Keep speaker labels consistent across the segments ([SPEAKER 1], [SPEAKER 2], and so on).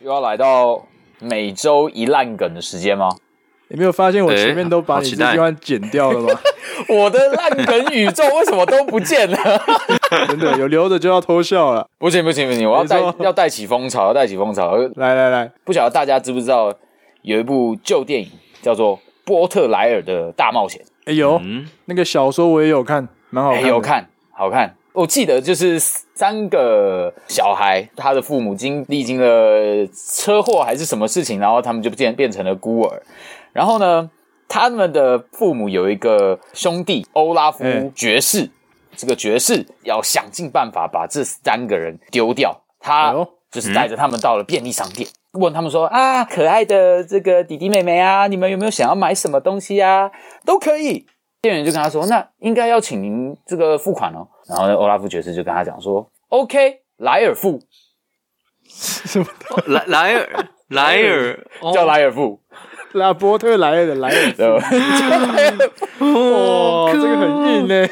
[SPEAKER 1] 又要来到每周一烂梗的时间吗？
[SPEAKER 2] 你没有发现我
[SPEAKER 3] 哎
[SPEAKER 2] 前面都把
[SPEAKER 3] 好
[SPEAKER 2] 你
[SPEAKER 3] 期
[SPEAKER 2] 这
[SPEAKER 3] 待
[SPEAKER 2] 句话剪掉了 吗？
[SPEAKER 1] 我的烂梗宇宙为什么都不见了？
[SPEAKER 2] 真的有留着就要偷笑了。
[SPEAKER 1] 不行不行不行，我要带
[SPEAKER 2] 你说
[SPEAKER 1] 要带起风潮，要带起风潮。
[SPEAKER 2] 来来来，
[SPEAKER 1] 不晓得大家知不知道，有一部旧电影叫做《波特莱尔的大冒险》，
[SPEAKER 2] 哎有
[SPEAKER 3] 嗯，
[SPEAKER 2] 那个小说我也有看，蛮好
[SPEAKER 1] 哎、
[SPEAKER 2] 看的。
[SPEAKER 1] 有看，好看。我记得就是三个小孩，他的父母经历经了车祸还是什么事情，然后他们就变变成了孤儿。然后呢，他们的父母有一个兄弟欧拉夫
[SPEAKER 2] 嗯
[SPEAKER 1] 爵士，这个爵士要想尽办法把这三个人丢掉。他
[SPEAKER 2] 哎呦
[SPEAKER 1] 就是带着他们到了便利商店，问他们说啊，可爱的这个弟弟妹妹啊，你们有没有想要买什么东西啊？都可以。店员就跟他说，那应该要请您这个付款哦。然后呢，欧拉夫爵士就跟他讲说，OK，莱尔付，
[SPEAKER 2] 什么的？
[SPEAKER 3] 莱莱尔莱尔哦
[SPEAKER 1] 叫莱尔付，
[SPEAKER 2] 拉波特莱尔的莱尔，
[SPEAKER 1] 对吧？
[SPEAKER 2] 哦哇，这个很硬欸呢。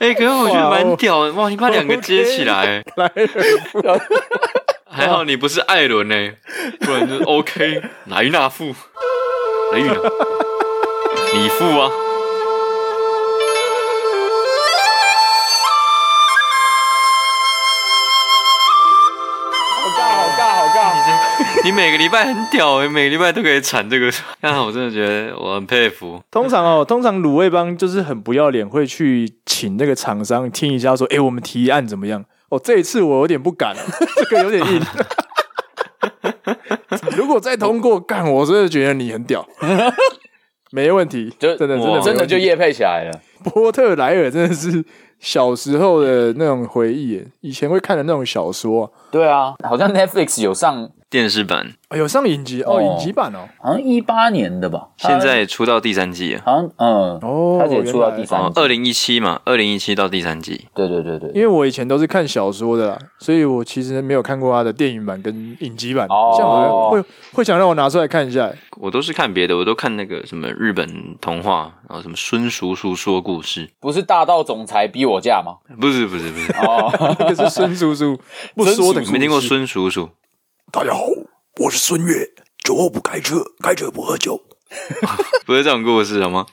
[SPEAKER 3] 哎，可是我觉得
[SPEAKER 2] 哇哦
[SPEAKER 3] 蛮屌的，哇！你把两个接起来，
[SPEAKER 2] 莱尔，
[SPEAKER 3] 还好你不是艾伦呢，不然 就 OK。莱纳付，雷雨呢？啊你付啊？
[SPEAKER 1] 好尬，好尬，好尬。
[SPEAKER 3] 你这你每个礼拜很屌哎，每个礼拜都可以产这个，看我真的觉得我很佩服。
[SPEAKER 2] 通 常哦，通常卤味帮就是很不要脸，会去请那个厂商听一下，说，哎，我们提案怎么样？哦，这一次我有点不敢， 这个有点硬。 如果再通过，干，我真的觉得你很 屌，没问题，
[SPEAKER 1] 就
[SPEAKER 2] 真的真的
[SPEAKER 3] 哇
[SPEAKER 2] 没
[SPEAKER 1] 真的
[SPEAKER 2] 问题
[SPEAKER 1] 就夜配起来了，
[SPEAKER 2] 波特莱尔真的是小时候的那种回忆耶，以前会看的那种小说、啊，
[SPEAKER 1] 对啊，好像 Netflix 有上，
[SPEAKER 3] 电视版
[SPEAKER 2] 哎呦，上影集哦，
[SPEAKER 1] 哦
[SPEAKER 2] 影集版哦，
[SPEAKER 1] 好像一八年的吧，
[SPEAKER 3] 现在也出到第三季了，
[SPEAKER 1] 好像嗯，
[SPEAKER 2] 哦
[SPEAKER 1] 它也出到第
[SPEAKER 3] 哦
[SPEAKER 1] 三，季，
[SPEAKER 3] 二零一七嘛，二零一七到第三季，
[SPEAKER 1] 对对对对，
[SPEAKER 2] 因为我以前都是看小说的啦，所以我其实没有看过他的电影版跟影集版，
[SPEAKER 1] 哦
[SPEAKER 2] 像我会会想让我拿出来看一下，
[SPEAKER 3] 我都是看别的，我都看那个什么日本童话，然后什么孙叔叔说故事，
[SPEAKER 1] 不是大道总裁逼我嫁吗？
[SPEAKER 3] 不是不是不是，
[SPEAKER 1] 哦，
[SPEAKER 2] 那个是孙叔叔 不说的故事，
[SPEAKER 3] 没听过孙叔叔，
[SPEAKER 4] 大家好，我是孙悦，酒后不开车，开车不喝酒。
[SPEAKER 3] 不是这种故事好吗？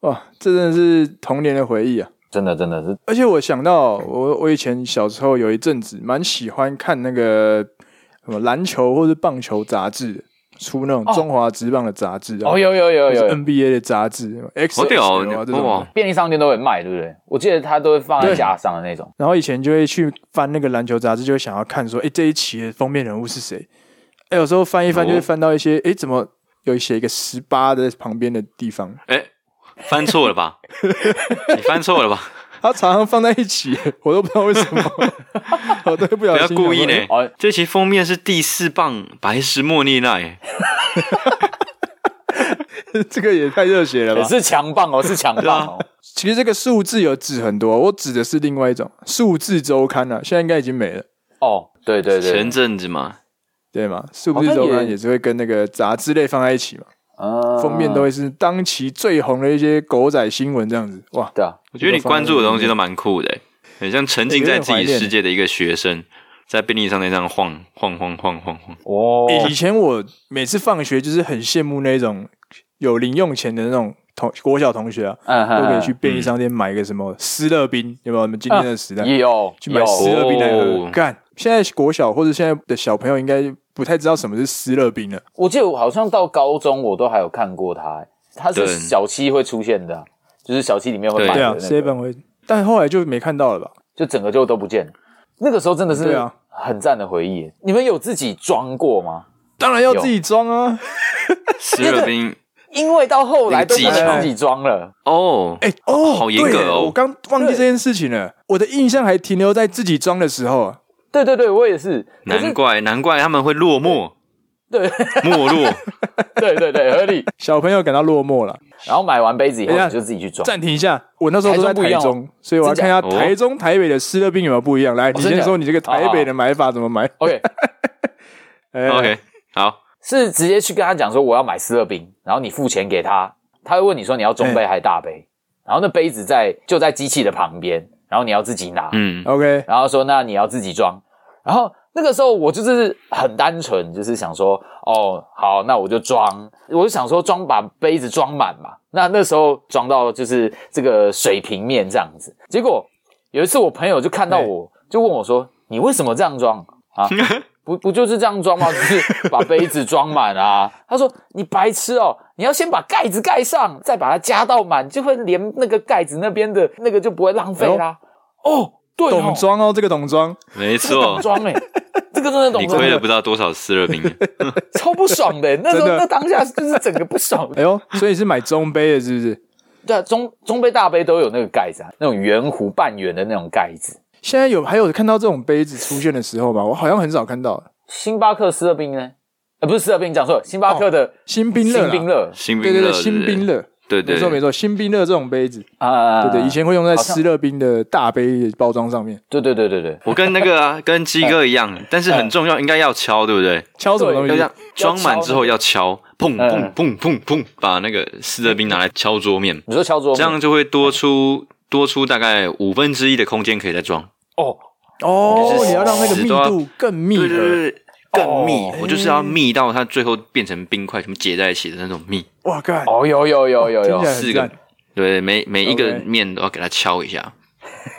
[SPEAKER 2] 哇，这真的是童年的回忆啊！
[SPEAKER 1] 真的真的是，
[SPEAKER 2] 而且我想到我我以前小时候有一阵子蛮喜欢看那个什么篮球或是棒球杂志的。出那种中华职棒的杂志啊
[SPEAKER 1] 哦，有有有
[SPEAKER 2] 或
[SPEAKER 1] 有
[SPEAKER 2] 是
[SPEAKER 1] 有
[SPEAKER 2] NBA 的杂志，X
[SPEAKER 3] 好屌
[SPEAKER 2] 啊
[SPEAKER 3] 哦！
[SPEAKER 2] 这种
[SPEAKER 3] 哇
[SPEAKER 2] 的。，
[SPEAKER 1] 便利商店都会卖，对不对？我记得它都会放在
[SPEAKER 2] 对
[SPEAKER 1] 架上的那种。
[SPEAKER 2] 然后以前就会去翻那个篮球杂志，就会想要看说，哎，这一期的封面人物是谁？哎，有时候翻一翻
[SPEAKER 3] 哦
[SPEAKER 2] 就会翻到一些，哎，怎么有写一个十八的旁边的地方？
[SPEAKER 3] 哎，翻错 了吧？你翻错了吧？
[SPEAKER 2] 它常常放在一起， 我都不知道为什 么，我都会不
[SPEAKER 3] 不
[SPEAKER 2] 小
[SPEAKER 3] 要
[SPEAKER 2] 心哎
[SPEAKER 3] 故意
[SPEAKER 2] 想说
[SPEAKER 3] 呢
[SPEAKER 1] 哦！
[SPEAKER 3] 这期封面是第四棒白石莫莉奈，
[SPEAKER 2] 诶这个也太热血了
[SPEAKER 1] 也
[SPEAKER 2] 吧！
[SPEAKER 1] 是强棒哦，是强棒哦。
[SPEAKER 2] 其实这个数字有指很多，我指的是另外一种数字周刊了、啊，现在应该已经没了，
[SPEAKER 1] 哦，对对对，
[SPEAKER 3] 前阵子嘛，
[SPEAKER 2] 对吗？数字
[SPEAKER 3] 哦
[SPEAKER 2] 周
[SPEAKER 1] 好像
[SPEAKER 2] 刊
[SPEAKER 1] 也
[SPEAKER 2] 也是会跟那个杂志类放在一起嘛。
[SPEAKER 1] 嗯
[SPEAKER 2] 封面都会是当期最红的一些狗仔新闻这样子，哇，
[SPEAKER 1] 对啊，
[SPEAKER 3] 我觉得你关注的东西都蛮酷的、很像沉浸在自己世界的一个学生，在便利商店上晃晃晃晃晃晃。
[SPEAKER 1] 哦，
[SPEAKER 2] 欸以前我每次放学就是很羡慕那种有零用钱的那种同国小同学啊，
[SPEAKER 1] 嗯
[SPEAKER 2] 都可以
[SPEAKER 1] 嗯
[SPEAKER 2] 去便利商店买个什么斯乐冰，有没有？我们今天的时代
[SPEAKER 1] 嗯有
[SPEAKER 2] 去买斯
[SPEAKER 1] 有，
[SPEAKER 2] 乐冰来喝
[SPEAKER 3] 哦，
[SPEAKER 2] 干。现在国小或者现在的小朋友应该不太知道什么是斯乐冰了，
[SPEAKER 1] 我记得我好像到高中我都还有看过它，欸它是
[SPEAKER 3] 对
[SPEAKER 1] 小七会出现的啊，就是小七里面会
[SPEAKER 3] 对
[SPEAKER 1] 卖
[SPEAKER 2] 对
[SPEAKER 1] 的
[SPEAKER 2] 啊
[SPEAKER 1] 那个，
[SPEAKER 2] ，seven 会，但后来就没看到了吧？
[SPEAKER 1] 就整个就都不见了。那个时候真的
[SPEAKER 2] 对
[SPEAKER 1] 是
[SPEAKER 2] 啊
[SPEAKER 1] 很赞的回忆欸。你们有自己装过吗？
[SPEAKER 2] 当然要
[SPEAKER 1] 有
[SPEAKER 2] 自己装啊！
[SPEAKER 3] 斯乐冰
[SPEAKER 1] 因为到后来都
[SPEAKER 3] 那个技
[SPEAKER 1] 不
[SPEAKER 3] 巧
[SPEAKER 1] 能自己装了。
[SPEAKER 3] 哦，
[SPEAKER 2] 哎、哦，
[SPEAKER 3] 好严格哦
[SPEAKER 2] 对我刚忘记这件事情了，我的印象还停留在自己装的时候啊。
[SPEAKER 1] 对对对，我也是。可
[SPEAKER 3] 难
[SPEAKER 1] 是
[SPEAKER 3] 怪难怪他们会落寞，
[SPEAKER 1] 对
[SPEAKER 3] 没 落。
[SPEAKER 2] 哎
[SPEAKER 1] 对对对，合理。
[SPEAKER 2] 小朋友感到落寞了。
[SPEAKER 1] 然后买完杯子以后，
[SPEAKER 2] 等一下
[SPEAKER 1] 你就自己去装。
[SPEAKER 2] 暂停一下，我那时候都在
[SPEAKER 1] 台中不
[SPEAKER 2] 台
[SPEAKER 1] 一样哦
[SPEAKER 2] 中，所以我要看一下
[SPEAKER 3] 真假
[SPEAKER 2] 台中、台北的湿热冰有没有不一样。来，你
[SPEAKER 1] 真
[SPEAKER 2] 先
[SPEAKER 1] 假
[SPEAKER 2] 说你这个台北的买法怎么买
[SPEAKER 1] OK，
[SPEAKER 2] 哎
[SPEAKER 3] OK，好，
[SPEAKER 1] 是直接去跟他讲说我要买斯乐冰，然后你付钱给他，他会问你说你要中杯还是嗯大杯，然后那杯子在就在机器的旁边，然后你要自己拿，
[SPEAKER 3] 嗯，
[SPEAKER 2] OK，
[SPEAKER 1] 然后说那你要自己装，然后那个时候我就是很单纯，就是想说，哦，好，那我就装，我就想说装把杯子装满嘛。那那时候装到就是这个水平面这样子。结果有一次我朋友就看到我，就问我说：“你为什么这样装 啊？不不就是这样装吗？就是把杯子装满啊。”他说：“你白痴哦，你要先把盖子盖上，再把它加到满，就会连那个盖子那边的那个就不会浪费啦。”哦，对哦，
[SPEAKER 2] 哎懂装哦，这个懂装，欸
[SPEAKER 3] 没
[SPEAKER 1] 懂
[SPEAKER 3] 错，
[SPEAKER 1] 装哎、 这个真的懂
[SPEAKER 3] 你
[SPEAKER 1] 装
[SPEAKER 3] 亏了不知道多少四热冰，
[SPEAKER 1] 超不爽的、欸那时候
[SPEAKER 2] 真的
[SPEAKER 1] 那当下就是整个不 爽。
[SPEAKER 2] 哎呦，所以是买中杯的，是不是？
[SPEAKER 1] 对啊，中中杯、大杯都有那个盖子啊，那种圆弧、半圆的那种盖子。
[SPEAKER 2] 现在有还有看到这种杯子出现的时候吗？我好像很少看到
[SPEAKER 1] 星巴克斯乐冰呢？呃，不是斯乐冰，讲错了，星巴克的
[SPEAKER 2] 新哦冰乐啦，
[SPEAKER 1] 新冰乐
[SPEAKER 2] 对
[SPEAKER 3] 新兵
[SPEAKER 2] 对
[SPEAKER 3] 乐，
[SPEAKER 2] 对，新冰乐，
[SPEAKER 3] 对对
[SPEAKER 2] 没错没错，新冰乐这种杯子，
[SPEAKER 1] 啊，
[SPEAKER 2] 对对，以前会用在
[SPEAKER 1] 好像
[SPEAKER 2] 湿乐冰的大杯包装上面，
[SPEAKER 1] 对对对对对，
[SPEAKER 3] 我跟那 个啊，跟鸡哥一
[SPEAKER 2] 嗯
[SPEAKER 3] 样，但是很重要，应该要敲，对不对？
[SPEAKER 2] 敲什么
[SPEAKER 1] 对
[SPEAKER 2] 东
[SPEAKER 3] 要这
[SPEAKER 2] 西
[SPEAKER 3] 样？装满之后要敲，砰
[SPEAKER 1] 嗯
[SPEAKER 3] 砰砰砰砰，把那个四热冰拿来敲桌面，
[SPEAKER 2] 嗯
[SPEAKER 1] 你说敲桌
[SPEAKER 3] 这样就会多出多出大概五分之一的空间可以再装。
[SPEAKER 1] 哦，
[SPEAKER 2] 哦
[SPEAKER 3] 就，是
[SPEAKER 2] 你要让那个
[SPEAKER 3] 死
[SPEAKER 2] 密
[SPEAKER 3] 都要
[SPEAKER 2] 度更密
[SPEAKER 3] 对对
[SPEAKER 2] 合，
[SPEAKER 3] 对，对更密
[SPEAKER 1] 哦，
[SPEAKER 3] 我就是要密到它最后变成冰块，全部结在一起的那种密。
[SPEAKER 2] 哇干，
[SPEAKER 1] 哦，有有有有
[SPEAKER 2] 听
[SPEAKER 1] 有
[SPEAKER 2] 起，来
[SPEAKER 3] 四
[SPEAKER 2] 很
[SPEAKER 3] 个
[SPEAKER 2] 赞，
[SPEAKER 3] 对，每每一个
[SPEAKER 2] OK
[SPEAKER 3] 面都要给它敲 一下。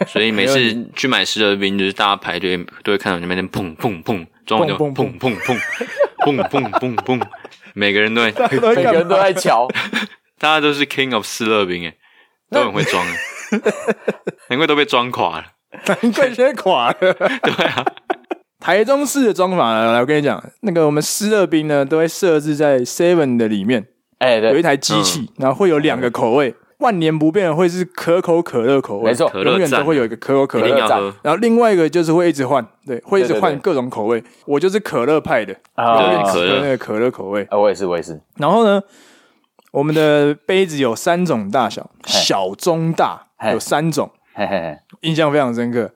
[SPEAKER 3] 所以每
[SPEAKER 2] 没
[SPEAKER 3] 次去买湿热冰，就是大家排队都会看到你们那边砰砰砰，装完就
[SPEAKER 2] 砰
[SPEAKER 3] 砰
[SPEAKER 2] 砰
[SPEAKER 3] 砰砰砰砰砰砰，每个 人都会，
[SPEAKER 2] 都在
[SPEAKER 1] 每个
[SPEAKER 2] 干嘛
[SPEAKER 1] 人都在敲，
[SPEAKER 3] 大家都是 King of 湿热冰哎，都很会装，欸 难怪都被装垮了。
[SPEAKER 2] 难怪现在垮 了。对啊，台中市的装法呢，来我跟你讲，那个我们湿热冰呢，都会设置在 Seven 的里面，
[SPEAKER 1] 哎
[SPEAKER 2] 有一
[SPEAKER 1] 对，
[SPEAKER 2] 台机器，然后会有两个口味，万年不变的会是可口可乐口味，
[SPEAKER 1] 没错
[SPEAKER 3] 可乐啊
[SPEAKER 2] 永远
[SPEAKER 3] 赞
[SPEAKER 2] 都会有一个可口可
[SPEAKER 3] 一定
[SPEAKER 2] 乐。
[SPEAKER 3] 要喝，
[SPEAKER 2] 然后另外一个就是会一直换，对，会一直
[SPEAKER 1] 对对
[SPEAKER 2] 换
[SPEAKER 1] 对
[SPEAKER 2] 各种口味。我就是可乐派的，
[SPEAKER 1] 啊
[SPEAKER 2] 永远只
[SPEAKER 3] 可乐
[SPEAKER 2] 喝那个可乐口味。
[SPEAKER 1] 啊我也是我也是，
[SPEAKER 2] 然后呢，我们的杯子有三种大小，小、中、大
[SPEAKER 1] 嘿
[SPEAKER 2] 有三种。
[SPEAKER 1] 嘿嘿嘿，
[SPEAKER 2] 印象非常深刻。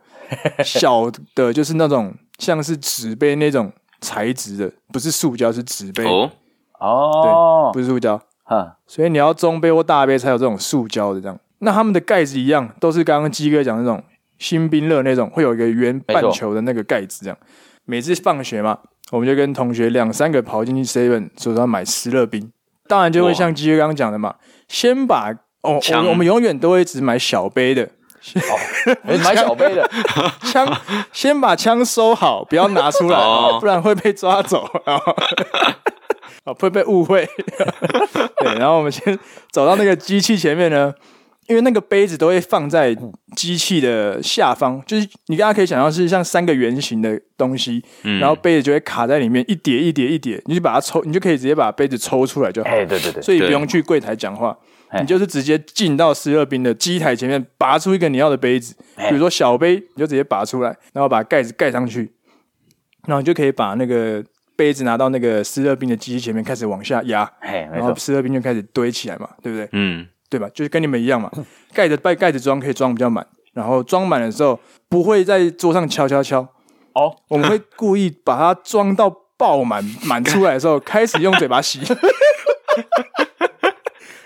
[SPEAKER 2] 小的就是那种像是纸杯那种材质的，不是塑胶，是纸杯，
[SPEAKER 3] 哦，
[SPEAKER 2] 对，
[SPEAKER 1] 哦，
[SPEAKER 2] 不是塑胶。
[SPEAKER 1] 哼，
[SPEAKER 2] 所以你要中杯或大杯才有这种塑胶的这样。那他们的盖子一样，都是刚刚鸡哥讲的那种新冰乐那种，会有一个圆半球的那个盖子这样。每次放学嘛，我们就跟同学两三个跑进去 seven，说要买湿乐冰。当然就会像鸡哥刚刚讲的嘛，先把哦，我
[SPEAKER 3] 抢
[SPEAKER 2] 们我们永远都会只买小杯的，
[SPEAKER 1] 哎买小杯 的，
[SPEAKER 2] 枪，先把枪收好，不要拿出来，
[SPEAKER 3] 哦
[SPEAKER 2] 不然会被抓走，然 后啊会被误会。 对，然后我们先走到那个机器前面呢，因为那个杯子都会放在机器的下方，就是你大家可以想象是像三个圆形的东西，
[SPEAKER 3] 嗯
[SPEAKER 2] 然后杯子就会卡在里面，一叠一叠一叠，你就把它抽，你就可以直接把杯子抽出来就好。
[SPEAKER 1] 哎对对对，
[SPEAKER 2] 所以不
[SPEAKER 3] 对
[SPEAKER 2] 用去柜台讲话，
[SPEAKER 1] 哎
[SPEAKER 2] 你就是直接进到湿热冰的机台前面，拔出一个你要的杯子，比如说小杯，你就直接拔出来，然后把盖子盖上去，然后你就可以把那个杯子拿到那个湿热冰的机器前面开始往下压，
[SPEAKER 1] 嘿没
[SPEAKER 2] 然
[SPEAKER 1] 错
[SPEAKER 2] 后，湿热冰就开始堆起来嘛，对不对？
[SPEAKER 3] 嗯，
[SPEAKER 2] 对吧？就是跟你们一样嘛，盖着盖盖子装可以装比较满，然后装满的时候不会在桌上敲敲敲，
[SPEAKER 1] 哦，
[SPEAKER 2] 我们会故意把它装到爆满，满出来的时候开始用嘴巴吸，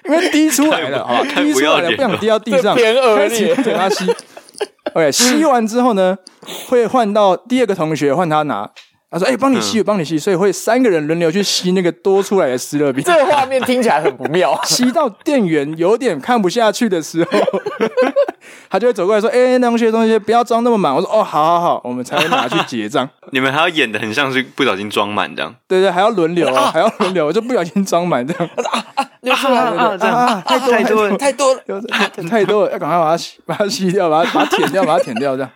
[SPEAKER 2] 因为滴出来了，好吧，
[SPEAKER 3] 太
[SPEAKER 2] 滴
[SPEAKER 3] 不
[SPEAKER 2] 出
[SPEAKER 3] 要
[SPEAKER 2] 来了，
[SPEAKER 3] 脸
[SPEAKER 2] 不想
[SPEAKER 3] 了
[SPEAKER 2] 滴到地
[SPEAKER 1] 这
[SPEAKER 2] 上，
[SPEAKER 1] 偏恶劣
[SPEAKER 2] 开始用嘴巴吸。OK，吸完之后呢，会换到第二个同学换他拿。他说：“哎、帮你吸，
[SPEAKER 3] 嗯
[SPEAKER 2] 我帮你吸。”所以会三个人轮流去吸那个多出来的湿热 冰，
[SPEAKER 1] 这个画面听起来很不妙，
[SPEAKER 2] 吸到店员有点看不下去的时候， 他就会走过来说：“哎、那同学，同学，不要装那么满。”我说：“哦，好好好，我们才会拿去结账。”
[SPEAKER 3] 你们还要演的很像是不小心装满这样，
[SPEAKER 2] 对对，还要轮流
[SPEAKER 1] 哦
[SPEAKER 2] 啊，还要轮流，我就不小心装满 这样，
[SPEAKER 1] 流出来了，
[SPEAKER 2] 啊啊，太多
[SPEAKER 3] 啊太多了
[SPEAKER 1] 太多了。
[SPEAKER 2] 就是太多了，要赶快把它吸，把它吸掉，把 它把它舔掉，把它舔掉这样。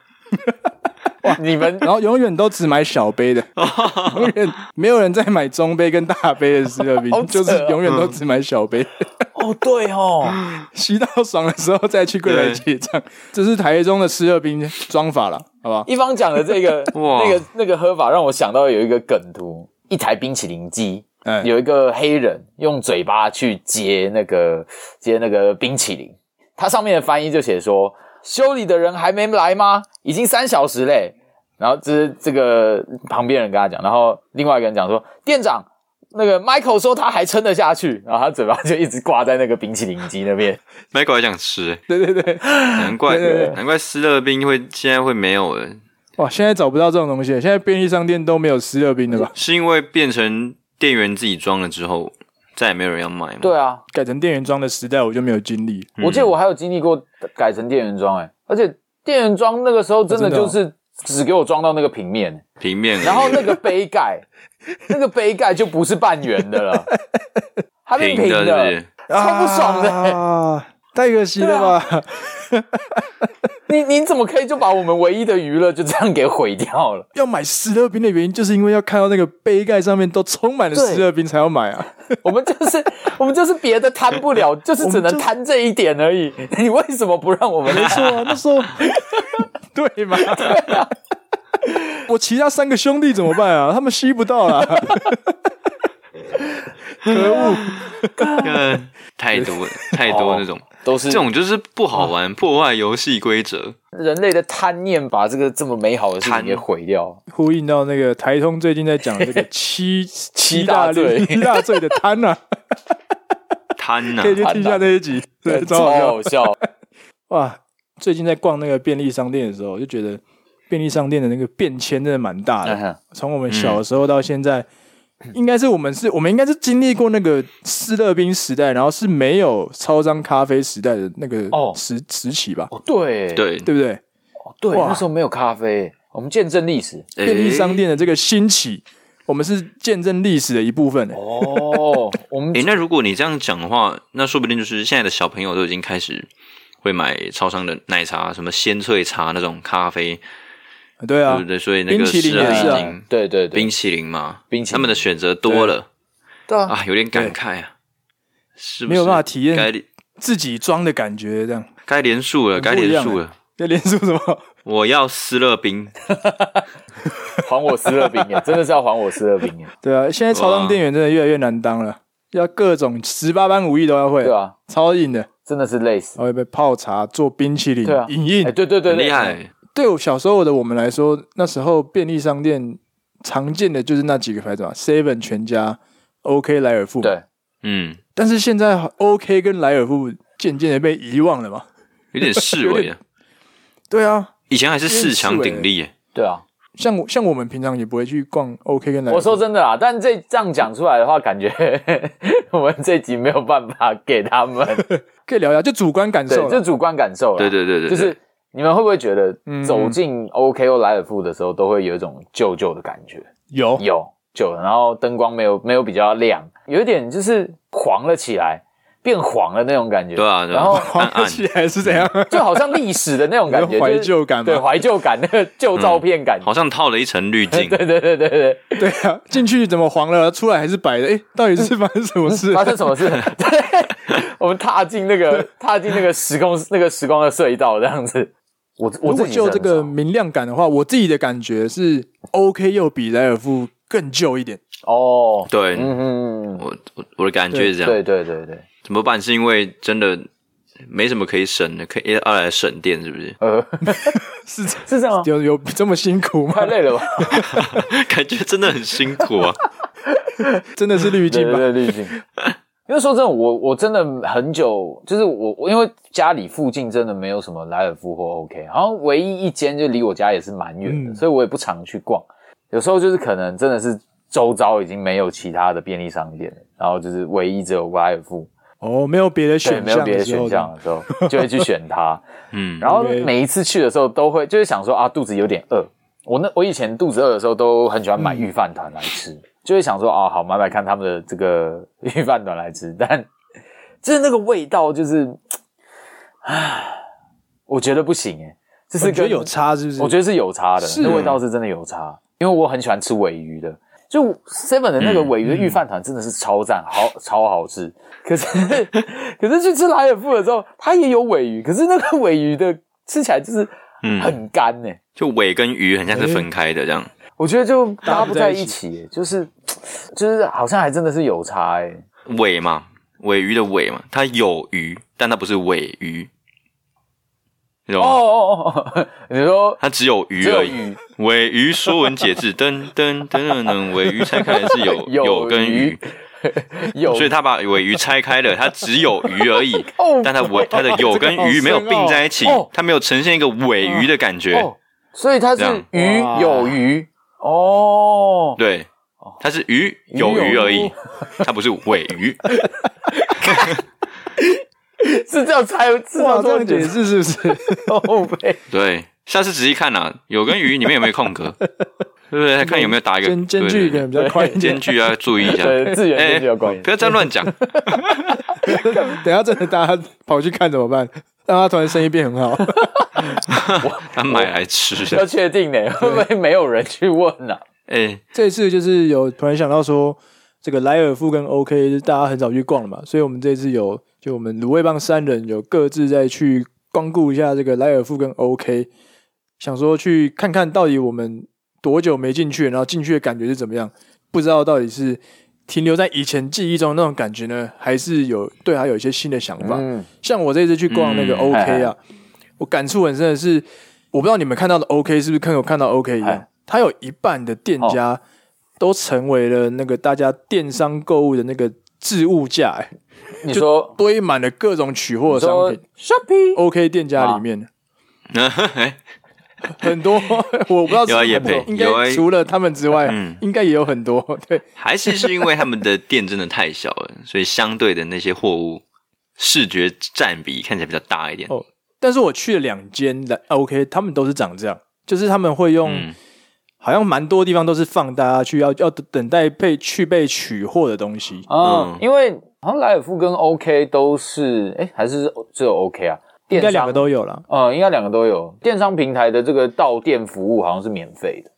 [SPEAKER 1] 你们
[SPEAKER 2] 然后永远都只买小杯的，
[SPEAKER 1] 哦
[SPEAKER 2] 永远没有人在买中杯跟大杯的湿热
[SPEAKER 1] 好
[SPEAKER 2] 冰，
[SPEAKER 1] 扯
[SPEAKER 2] 就
[SPEAKER 1] 哦
[SPEAKER 2] 是永远都只买小杯，
[SPEAKER 1] 哦，对哦，
[SPEAKER 2] 吸到爽的时候再去柜台结账。
[SPEAKER 1] 嗯
[SPEAKER 2] 这是台中的湿热冰装法了，好不 好？
[SPEAKER 1] 一方讲的这个
[SPEAKER 3] 哇
[SPEAKER 1] 那个那个喝法，让我想到有一个梗图，一台冰淇淋机，
[SPEAKER 2] 哎
[SPEAKER 3] 嗯
[SPEAKER 1] 有一个黑人用嘴巴去接那个接那个冰淇淋，它上面的翻译就写说：“修理的人还没来吗？已经三小时嘞。”然后这是这个旁边人跟他讲，然后另外一个人讲说：“店长，那个 Michael 说他还撑得下去。”然后他嘴巴就一直挂在那个冰淇淋机那边。
[SPEAKER 3] Michael 还想吃、欸，
[SPEAKER 2] 对对对，
[SPEAKER 3] 难怪
[SPEAKER 2] 对对对
[SPEAKER 3] 难怪斯乐冰会现在会没有了，
[SPEAKER 2] 哇，现在找不到这种东西了，现在便利商店都没有湿热冰的吧？
[SPEAKER 3] 是因为变成店员自己装了之后，再也没有人要买吗？
[SPEAKER 1] 对啊，
[SPEAKER 2] 改成店员装的时代，我就没有经历。
[SPEAKER 3] 嗯
[SPEAKER 1] 我记得我还有经历过改成电源装，哎，而且电源装那个时候真的
[SPEAKER 2] 真的哦
[SPEAKER 1] 就是只给我装到那个平面，
[SPEAKER 3] 平面而已，
[SPEAKER 1] 然后那个杯盖，那个杯盖就不是半圆的了，它变
[SPEAKER 3] 平
[SPEAKER 1] 平
[SPEAKER 3] 的是不
[SPEAKER 1] 的，
[SPEAKER 3] 是？
[SPEAKER 1] 超不爽的欸。啊
[SPEAKER 2] 啊！太可惜了吧？
[SPEAKER 1] 你你怎么可以就把我们唯一的娱乐就这样给毁掉了？
[SPEAKER 2] 要买湿热冰的原因，就是因为要看到那个杯盖上面都充满了湿热冰才要买啊！
[SPEAKER 1] 我们就是我们就是别的贪不了，就是只能贪这一点而已。你为什么不让我们？
[SPEAKER 2] 没错啊，那时候 对嘛？我其他三个兄弟怎么办啊？他 们吸不到啦。
[SPEAKER 3] 看太多太多那
[SPEAKER 2] 哦
[SPEAKER 3] 种，
[SPEAKER 1] 都是
[SPEAKER 3] 这种就是不好玩，破坏游戏规则。
[SPEAKER 1] 人类的贪念把这个这么美好的事情给毁掉。
[SPEAKER 2] 呼应到那个台通最近在讲 这个七七
[SPEAKER 1] 大罪
[SPEAKER 2] 罪啊七大罪的贪 啊，
[SPEAKER 3] 贪呐、
[SPEAKER 2] 可以去听一下那一集，对，超好笑
[SPEAKER 1] 好笑。
[SPEAKER 2] 哇！最近在逛那个便利商店的时候，我就觉得便利商店的那个变迁真的蛮大的
[SPEAKER 1] 嗯。哼
[SPEAKER 2] 从我们小时候到现 在，应该是我们是我们应该是经历过那个斯乐冰时代，然后是没有超商咖啡时代的那个
[SPEAKER 1] 哦
[SPEAKER 2] 时、时期吧，
[SPEAKER 1] 哦，对
[SPEAKER 3] 对，
[SPEAKER 2] 对不对？
[SPEAKER 1] 哦对，
[SPEAKER 2] 哇
[SPEAKER 1] 那时候没有咖啡，我们见证历史。
[SPEAKER 2] 便利商
[SPEAKER 3] 诶。
[SPEAKER 2] 店的这个兴起，我们是见证历史的一部分、
[SPEAKER 1] 哦，我们
[SPEAKER 3] 诶、那如果你这样讲的话，那说不定就是现在的小朋友都已经开始会买超商的奶茶，什么鲜萃茶那种咖啡，
[SPEAKER 2] 对啊
[SPEAKER 3] 对不，对？所以那个
[SPEAKER 2] 冰淇淋
[SPEAKER 3] 是啊
[SPEAKER 2] 也是啊
[SPEAKER 3] 已经
[SPEAKER 1] 对对对
[SPEAKER 3] 冰，淇淋嘛，
[SPEAKER 1] 冰淇淋
[SPEAKER 3] 他们的选择多了
[SPEAKER 1] 对啊，
[SPEAKER 3] 啊，有点感慨啊，是不是
[SPEAKER 2] 没有办法体验
[SPEAKER 3] 该
[SPEAKER 2] 自己装的感觉这样。
[SPEAKER 3] 该连数了，
[SPEAKER 2] 很不一
[SPEAKER 3] 该
[SPEAKER 1] 欸
[SPEAKER 2] 样
[SPEAKER 3] 连数了，
[SPEAKER 2] 那连输什么？
[SPEAKER 3] 我要斯乐冰，
[SPEAKER 1] 还我斯乐冰耶，真的是要还我斯乐冰耶，
[SPEAKER 2] 对啊，现在超商店员真的越来越难当了，要各种十八般武艺都要会，
[SPEAKER 1] 对啊，
[SPEAKER 2] 超硬的，
[SPEAKER 1] 真的是累死。
[SPEAKER 2] 还会被泡茶、做冰淇淋、
[SPEAKER 1] 对啊，
[SPEAKER 2] 影印
[SPEAKER 1] 哎，对 对对，
[SPEAKER 3] 很
[SPEAKER 1] 对
[SPEAKER 3] 厉。害，
[SPEAKER 2] 对我小时候的我们来说，那时候便利商店常见的就是那几个牌子嘛，Seven、全家、OK、莱尔富。
[SPEAKER 1] 对，
[SPEAKER 3] 嗯，
[SPEAKER 2] 但是现在 OK 跟莱尔富渐渐的被遗忘了嘛。
[SPEAKER 3] 有点示威 啊，
[SPEAKER 2] 对啊，
[SPEAKER 3] 以前还是四强鼎立耶，
[SPEAKER 1] 对啊，
[SPEAKER 2] 像我像我们平常也不会去逛 OK 跟莱尔
[SPEAKER 1] 我
[SPEAKER 2] 富。
[SPEAKER 1] 说真的啦，但这这样讲出来的话，感觉我们这集没有办法给他们，
[SPEAKER 2] 可以聊一下，就主观感
[SPEAKER 1] 对，
[SPEAKER 2] 受
[SPEAKER 1] 这
[SPEAKER 2] 啦。
[SPEAKER 1] 主观感受啦。
[SPEAKER 3] 对对对对，
[SPEAKER 1] 就
[SPEAKER 3] 对
[SPEAKER 1] 是你们会不会觉得
[SPEAKER 2] 嗯
[SPEAKER 1] 走进 OKO 莱尔富的时候，都会有一种旧旧的感觉？
[SPEAKER 2] 有
[SPEAKER 1] 有旧的，然后灯光没有没有比较亮，有一点就是黄了起来，变黄了那种感觉。
[SPEAKER 3] 对啊对啊
[SPEAKER 1] 然后
[SPEAKER 2] 黄
[SPEAKER 3] 暗暗
[SPEAKER 2] 起来是怎样？
[SPEAKER 1] 就好像历史的那种感 觉，
[SPEAKER 2] 有怀
[SPEAKER 1] 就是
[SPEAKER 2] 旧感吗
[SPEAKER 1] 对怀旧感， 那个旧照片感。
[SPEAKER 3] 嗯好像套了一层滤 镜，
[SPEAKER 1] 对对对对对，
[SPEAKER 2] 对啊，进去怎么黄了，出来还是白的？哎，到底是发生什么事？
[SPEAKER 1] 发生什么事？对， 我们踏进那个踏进那个时空那个时光的隧道，这样子。我我
[SPEAKER 2] 如
[SPEAKER 1] 自
[SPEAKER 2] 果
[SPEAKER 1] 己
[SPEAKER 2] 就是这
[SPEAKER 1] 很
[SPEAKER 2] 个
[SPEAKER 1] 少
[SPEAKER 2] 明亮感的话，我自己的感觉是 OK 又比莱尔富更旧一点。
[SPEAKER 1] 哦，
[SPEAKER 3] 对
[SPEAKER 1] 嗯嗯，
[SPEAKER 3] 我我我的感觉是这样，
[SPEAKER 1] 对对对对，？
[SPEAKER 3] 怎么办？是因为真的没什么可以省的，可以要来省电，是不是
[SPEAKER 1] 呃，
[SPEAKER 2] 是这
[SPEAKER 1] 是这样吗？
[SPEAKER 2] 有有这么辛苦
[SPEAKER 1] 太
[SPEAKER 2] 吗？
[SPEAKER 1] 累了吧？
[SPEAKER 3] 感觉真的很辛苦 啊。
[SPEAKER 2] 真的是
[SPEAKER 1] 对
[SPEAKER 2] 滤镜
[SPEAKER 1] 对
[SPEAKER 2] 吧？
[SPEAKER 1] 对，滤镜。因为说真的，我我真的很久，就是我我因为家里附近真的没有什么莱尔夫或 OK，好像唯一一间就离我家也是蛮远的，
[SPEAKER 2] 嗯
[SPEAKER 1] 所以我也不常去逛。有时候就是可能真的是周遭已经没有其他的便利商店了，然后就是唯一只有莱尔夫，
[SPEAKER 2] 哦，没有别的
[SPEAKER 1] 对，
[SPEAKER 2] 选
[SPEAKER 1] 没有
[SPEAKER 2] 项
[SPEAKER 1] 别
[SPEAKER 2] 的
[SPEAKER 1] 的
[SPEAKER 2] 时候
[SPEAKER 1] 选项的时候，就会去选它。
[SPEAKER 3] 嗯，
[SPEAKER 1] 然后
[SPEAKER 2] OK
[SPEAKER 1] 每一次去的时候都会就是想说啊，肚子有点饿。我那我以前肚子饿的时候都很喜欢买御饭团来吃，
[SPEAKER 2] 嗯
[SPEAKER 1] 就会想说啊，好买买看他们的这个御饭团来吃， 但就是那个味道就是，唉，我觉得不行哎，就是
[SPEAKER 2] 我觉得
[SPEAKER 1] 跟
[SPEAKER 2] 有差是不是？
[SPEAKER 1] 我觉得是有差的，
[SPEAKER 2] 是
[SPEAKER 1] 那
[SPEAKER 2] 啊
[SPEAKER 1] 味道是真的有差，因为我很喜欢吃尾鱼的。就 Seven 的那个尾鱼的御饭团真的是超赞，好超好吃。可是 可是去吃莱尔富的时候，它也有尾鱼，可是那个尾鱼的吃起来就是
[SPEAKER 3] 嗯
[SPEAKER 1] 很干呢、
[SPEAKER 3] 就尾跟鱼很像是分开的这样。
[SPEAKER 1] 我觉得就搭
[SPEAKER 2] 搭
[SPEAKER 1] 不
[SPEAKER 2] 不
[SPEAKER 1] 在
[SPEAKER 2] 在
[SPEAKER 1] 一
[SPEAKER 2] 一
[SPEAKER 1] 起欸、就是就是好像还真的是有差哎、
[SPEAKER 3] 尾嘛，尾鱼的尾嘛，它有鱼，但它不是尾鱼，你懂
[SPEAKER 1] 哦
[SPEAKER 3] 吗？
[SPEAKER 1] 哦哦哦， 你说
[SPEAKER 3] 它只有鱼
[SPEAKER 1] 只有
[SPEAKER 3] 而已。
[SPEAKER 1] 鱼
[SPEAKER 3] 尾鱼《说文解字》噔噔噔噔噔，尾鱼拆开来是有
[SPEAKER 1] 有
[SPEAKER 3] 有跟鱼，
[SPEAKER 1] 有，。
[SPEAKER 3] 所以它把尾鱼拆开了，它只有鱼而已
[SPEAKER 1] 哦
[SPEAKER 3] 但它尾它的有跟
[SPEAKER 2] 这个好
[SPEAKER 3] 鱼没有
[SPEAKER 2] 深
[SPEAKER 3] 并
[SPEAKER 2] 奥
[SPEAKER 3] 在一起
[SPEAKER 1] 哦，
[SPEAKER 3] 它没有呈现一个尾鱼的感觉。
[SPEAKER 1] 哦，所以它
[SPEAKER 3] 这样
[SPEAKER 1] 是鱼
[SPEAKER 2] 哇
[SPEAKER 1] 有鱼哦，
[SPEAKER 3] 对，它是鱼有
[SPEAKER 1] 鱼
[SPEAKER 3] 鱼
[SPEAKER 1] 有
[SPEAKER 3] 而已
[SPEAKER 1] 鱼，
[SPEAKER 3] 它不是尾鱼。
[SPEAKER 1] 是这样才有知道
[SPEAKER 2] 哇，这
[SPEAKER 1] 多
[SPEAKER 2] 样解
[SPEAKER 1] 解释
[SPEAKER 2] 释是 不是？
[SPEAKER 1] 后背。
[SPEAKER 3] 对，下次仔细看啊，有跟鱼里面有没有空格，对不对？看有没有打 一个
[SPEAKER 2] 间间距可能比较宽一
[SPEAKER 3] 间
[SPEAKER 2] 点。
[SPEAKER 3] 距要注意一下，
[SPEAKER 1] 对字眼间距要宽一点
[SPEAKER 3] 哎不要这样乱讲。
[SPEAKER 2] 等一下真的大家跑去看怎么办？让他突然生意变很好，
[SPEAKER 3] 他买来吃。
[SPEAKER 1] 要确定呢，会不会没有人去问呢、啊？
[SPEAKER 3] 哎，
[SPEAKER 2] 这次就是有突然想到说，这个莱尔富跟 OK 就是大家很少去逛了嘛，所以我们这次有就我们卤味帮三人有各自再去光顾一下这个莱尔富跟 OK，想说去看看到底我们多久没进去，然后进去的感觉是怎么样？不知道到底是停留在以前记忆中的那种感觉呢，还是有对他有一些新的想法？
[SPEAKER 1] 嗯
[SPEAKER 2] 像我这次去逛那个
[SPEAKER 3] 嗯
[SPEAKER 2] OK 啊，我感触很深的是，我不知道你们看到的 OK 是不是跟我看到 OK 一样
[SPEAKER 1] 哎，
[SPEAKER 2] 它有一半的店
[SPEAKER 3] 哦
[SPEAKER 2] 家都成为了那个大家电商购物的那个置物架、哎
[SPEAKER 1] 你说
[SPEAKER 2] 堆满了各种取货
[SPEAKER 1] 我
[SPEAKER 2] 的商
[SPEAKER 1] 说
[SPEAKER 2] 品。
[SPEAKER 1] shopping，
[SPEAKER 2] OK 店家里
[SPEAKER 3] 啊
[SPEAKER 2] 面、
[SPEAKER 3] 那哎
[SPEAKER 2] 很多， 我不知道是不是
[SPEAKER 3] 有啊
[SPEAKER 2] 很多
[SPEAKER 3] 业配
[SPEAKER 2] 应
[SPEAKER 3] 有啊
[SPEAKER 2] 该除了他们之外，
[SPEAKER 3] 嗯
[SPEAKER 2] 应该也有很多。对，
[SPEAKER 3] 还是是因为他们的店真的太小了，所以相对的那些货物视觉占比看起来比较大一点。
[SPEAKER 2] 哦但是我去了两间的 OK，他们都是长这样，就是他们会用、
[SPEAKER 3] 嗯，
[SPEAKER 2] 好像蛮多地方都是放大家去要要等待被去被取货的东西。
[SPEAKER 1] 嗯，
[SPEAKER 3] 嗯
[SPEAKER 1] 因为好像莱尔富跟 OK 都是，哎、还是只有 OK 啊？
[SPEAKER 2] 应
[SPEAKER 1] 电
[SPEAKER 2] 该
[SPEAKER 1] 商
[SPEAKER 2] 两个都有啦。
[SPEAKER 1] 呃，应该两个都有。电商平台的这个到店服务好像是免费的，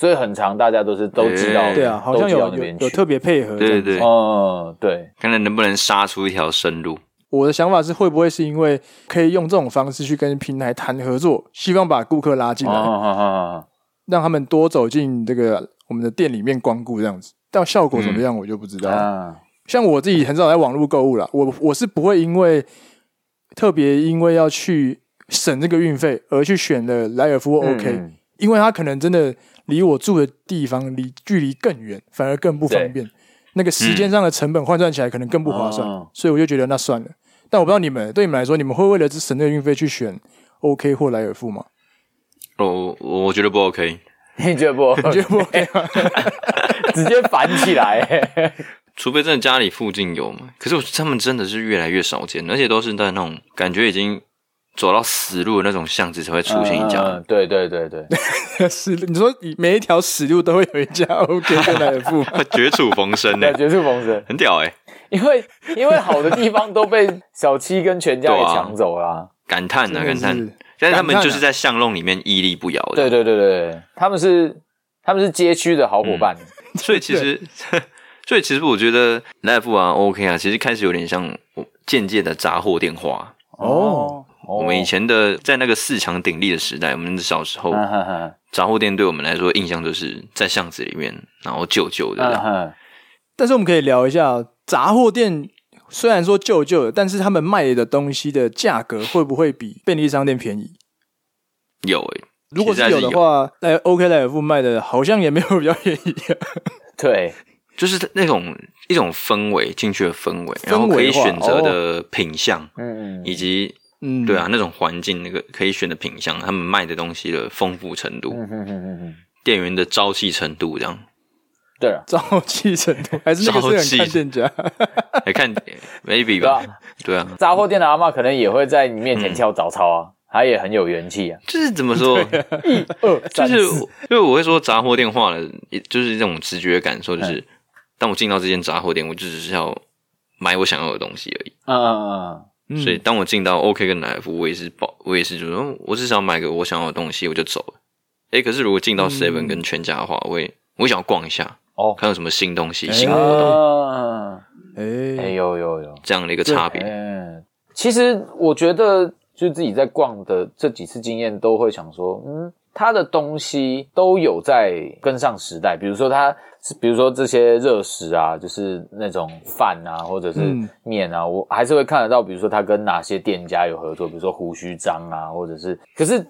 [SPEAKER 1] 所以很长大家都是都知道，
[SPEAKER 3] 哎
[SPEAKER 2] 对啊，好像
[SPEAKER 1] 都知道
[SPEAKER 2] 有
[SPEAKER 1] 那
[SPEAKER 2] 有
[SPEAKER 1] 边去
[SPEAKER 2] 有特别配合。
[SPEAKER 3] 对对。对，
[SPEAKER 1] 嗯，对，
[SPEAKER 3] 看看能不能杀出一条生路。
[SPEAKER 2] 我的想法是，会不会是因为可以用这种方式去跟平台谈合作，希望把顾客拉进
[SPEAKER 1] 嗯
[SPEAKER 2] 来，
[SPEAKER 1] 嗯嗯嗯
[SPEAKER 2] 让他们多走进这个我们的店里面光顾这样子。但效果怎么样，我就不知道
[SPEAKER 1] 嗯
[SPEAKER 2] 了。
[SPEAKER 1] 啊，
[SPEAKER 2] 像我自己很少在网络购物啦，我我是不会因为特别因为要去省这个运费而去选了莱尔夫 OK，、
[SPEAKER 1] 嗯
[SPEAKER 2] 因为它可能真的离我住的地方离距离更远，反而更不方便。那个时间上的成本换算起来可能更不划算，
[SPEAKER 1] 哦
[SPEAKER 2] 所以我就觉得那算了。但我不知道你们对你们来说，你们会为了只省那个运费去选 OK 或莱尔富吗？哦
[SPEAKER 3] 我我我觉得不 OK，
[SPEAKER 1] 你觉得不？
[SPEAKER 2] 你觉得不 OK 吗？
[SPEAKER 1] 直接反起来、欸，
[SPEAKER 3] 除非真的家里附近有嘛。可是我他们真的是越来越少见，而且都是在那种感觉已经走到死路的那种巷子才会出现一家。
[SPEAKER 2] 呃
[SPEAKER 1] 嗯对对对 对，
[SPEAKER 2] 死路，你说每一条死路都会有一家 OK 跟莱尔富吗？
[SPEAKER 3] 绝处逢 生呢、
[SPEAKER 1] 对，绝处逢生。
[SPEAKER 3] 很屌哎、
[SPEAKER 1] 因为因为好的地方都被小七跟全家给
[SPEAKER 3] 对啊
[SPEAKER 1] 抢走啦、
[SPEAKER 3] 感叹呐、啊，感
[SPEAKER 2] 真的
[SPEAKER 3] 叹
[SPEAKER 2] 是！
[SPEAKER 3] 但是他们
[SPEAKER 2] 感叹啊
[SPEAKER 3] 就是在巷弄里面屹立不摇
[SPEAKER 1] 对啊对
[SPEAKER 3] 的，
[SPEAKER 1] 对对，他们是他们是街区的好伙伴。
[SPEAKER 3] 所以其实， 所以其实我觉得 Life 啊，OK 啊，其实开始有点像我渐渐的杂货店化。
[SPEAKER 2] 哦，
[SPEAKER 1] 我
[SPEAKER 3] 我们以前的在那个四强鼎立的时代，我们小时候
[SPEAKER 1] 嗯哼哼
[SPEAKER 3] 杂货店对我们来说印象就是在巷子里面，然后旧旧
[SPEAKER 1] 嗯
[SPEAKER 3] 的，
[SPEAKER 1] 哼，
[SPEAKER 2] 但是我们可以聊一下杂货店，虽然说旧旧的，但是他们卖的东西的价格会不会比便利商店便宜？
[SPEAKER 3] 有欸诶、
[SPEAKER 2] 如果
[SPEAKER 3] 其
[SPEAKER 2] 是
[SPEAKER 3] 实
[SPEAKER 2] 有
[SPEAKER 3] 还是
[SPEAKER 2] 的话，来 OK 莱尔富卖的好像也没有比较便宜、啊，
[SPEAKER 1] 对，
[SPEAKER 3] 就是那种一种氛围进去的氛围，然后
[SPEAKER 2] 氛
[SPEAKER 3] 可
[SPEAKER 2] 围
[SPEAKER 3] 以
[SPEAKER 2] 化
[SPEAKER 3] 选择的品相，
[SPEAKER 1] 嗯嗯
[SPEAKER 3] 以及
[SPEAKER 2] 嗯，
[SPEAKER 3] 对啊，那种环境那个可以选的品相，他们卖的东西的丰富程度，
[SPEAKER 1] 嗯哼哼哼哼，
[SPEAKER 3] 店员的朝气程度这样。
[SPEAKER 1] 对啊了，
[SPEAKER 2] 朝气程度还是那个是很看店 家，
[SPEAKER 3] 来看 maybe
[SPEAKER 1] 对啊
[SPEAKER 3] 吧，对啊，
[SPEAKER 1] 杂货店的阿嬷可能也会在你面前跳早操啊，她也很有元气啊。
[SPEAKER 3] 就是怎么说，嗯
[SPEAKER 1] 二
[SPEAKER 3] 就是因为我会说杂货店化了，也就是这种直觉感受，就是当我进到这间杂货店，我就只是要买我想要的东西而已。
[SPEAKER 1] 嗯嗯
[SPEAKER 2] 嗯
[SPEAKER 3] 所以当我进到 OK 跟奶夫，我也是保，我也是就是说我只想要买个我想要的东西，我就走了。诶，可是如果进到 Seven 跟全家的话，我也我也想要逛一下，
[SPEAKER 1] 哦
[SPEAKER 3] 看有什么新东西、
[SPEAKER 2] 哎
[SPEAKER 3] 新
[SPEAKER 1] 嗯
[SPEAKER 3] 活动
[SPEAKER 1] 嗯，
[SPEAKER 2] 哎、
[SPEAKER 1] 哎有有有，
[SPEAKER 3] 这样的一个差别。
[SPEAKER 1] 嗯，其实我觉得，就自己在逛的这几次经验，都会想说，嗯，它的东西都有在跟上时代。比如说它，比如说这些热食啊，就是那种饭啊，或者是
[SPEAKER 2] 嗯
[SPEAKER 1] 面啊，我还是会看得到，比如说它跟哪些店家有合作，比如说胡须章啊，或者是，可是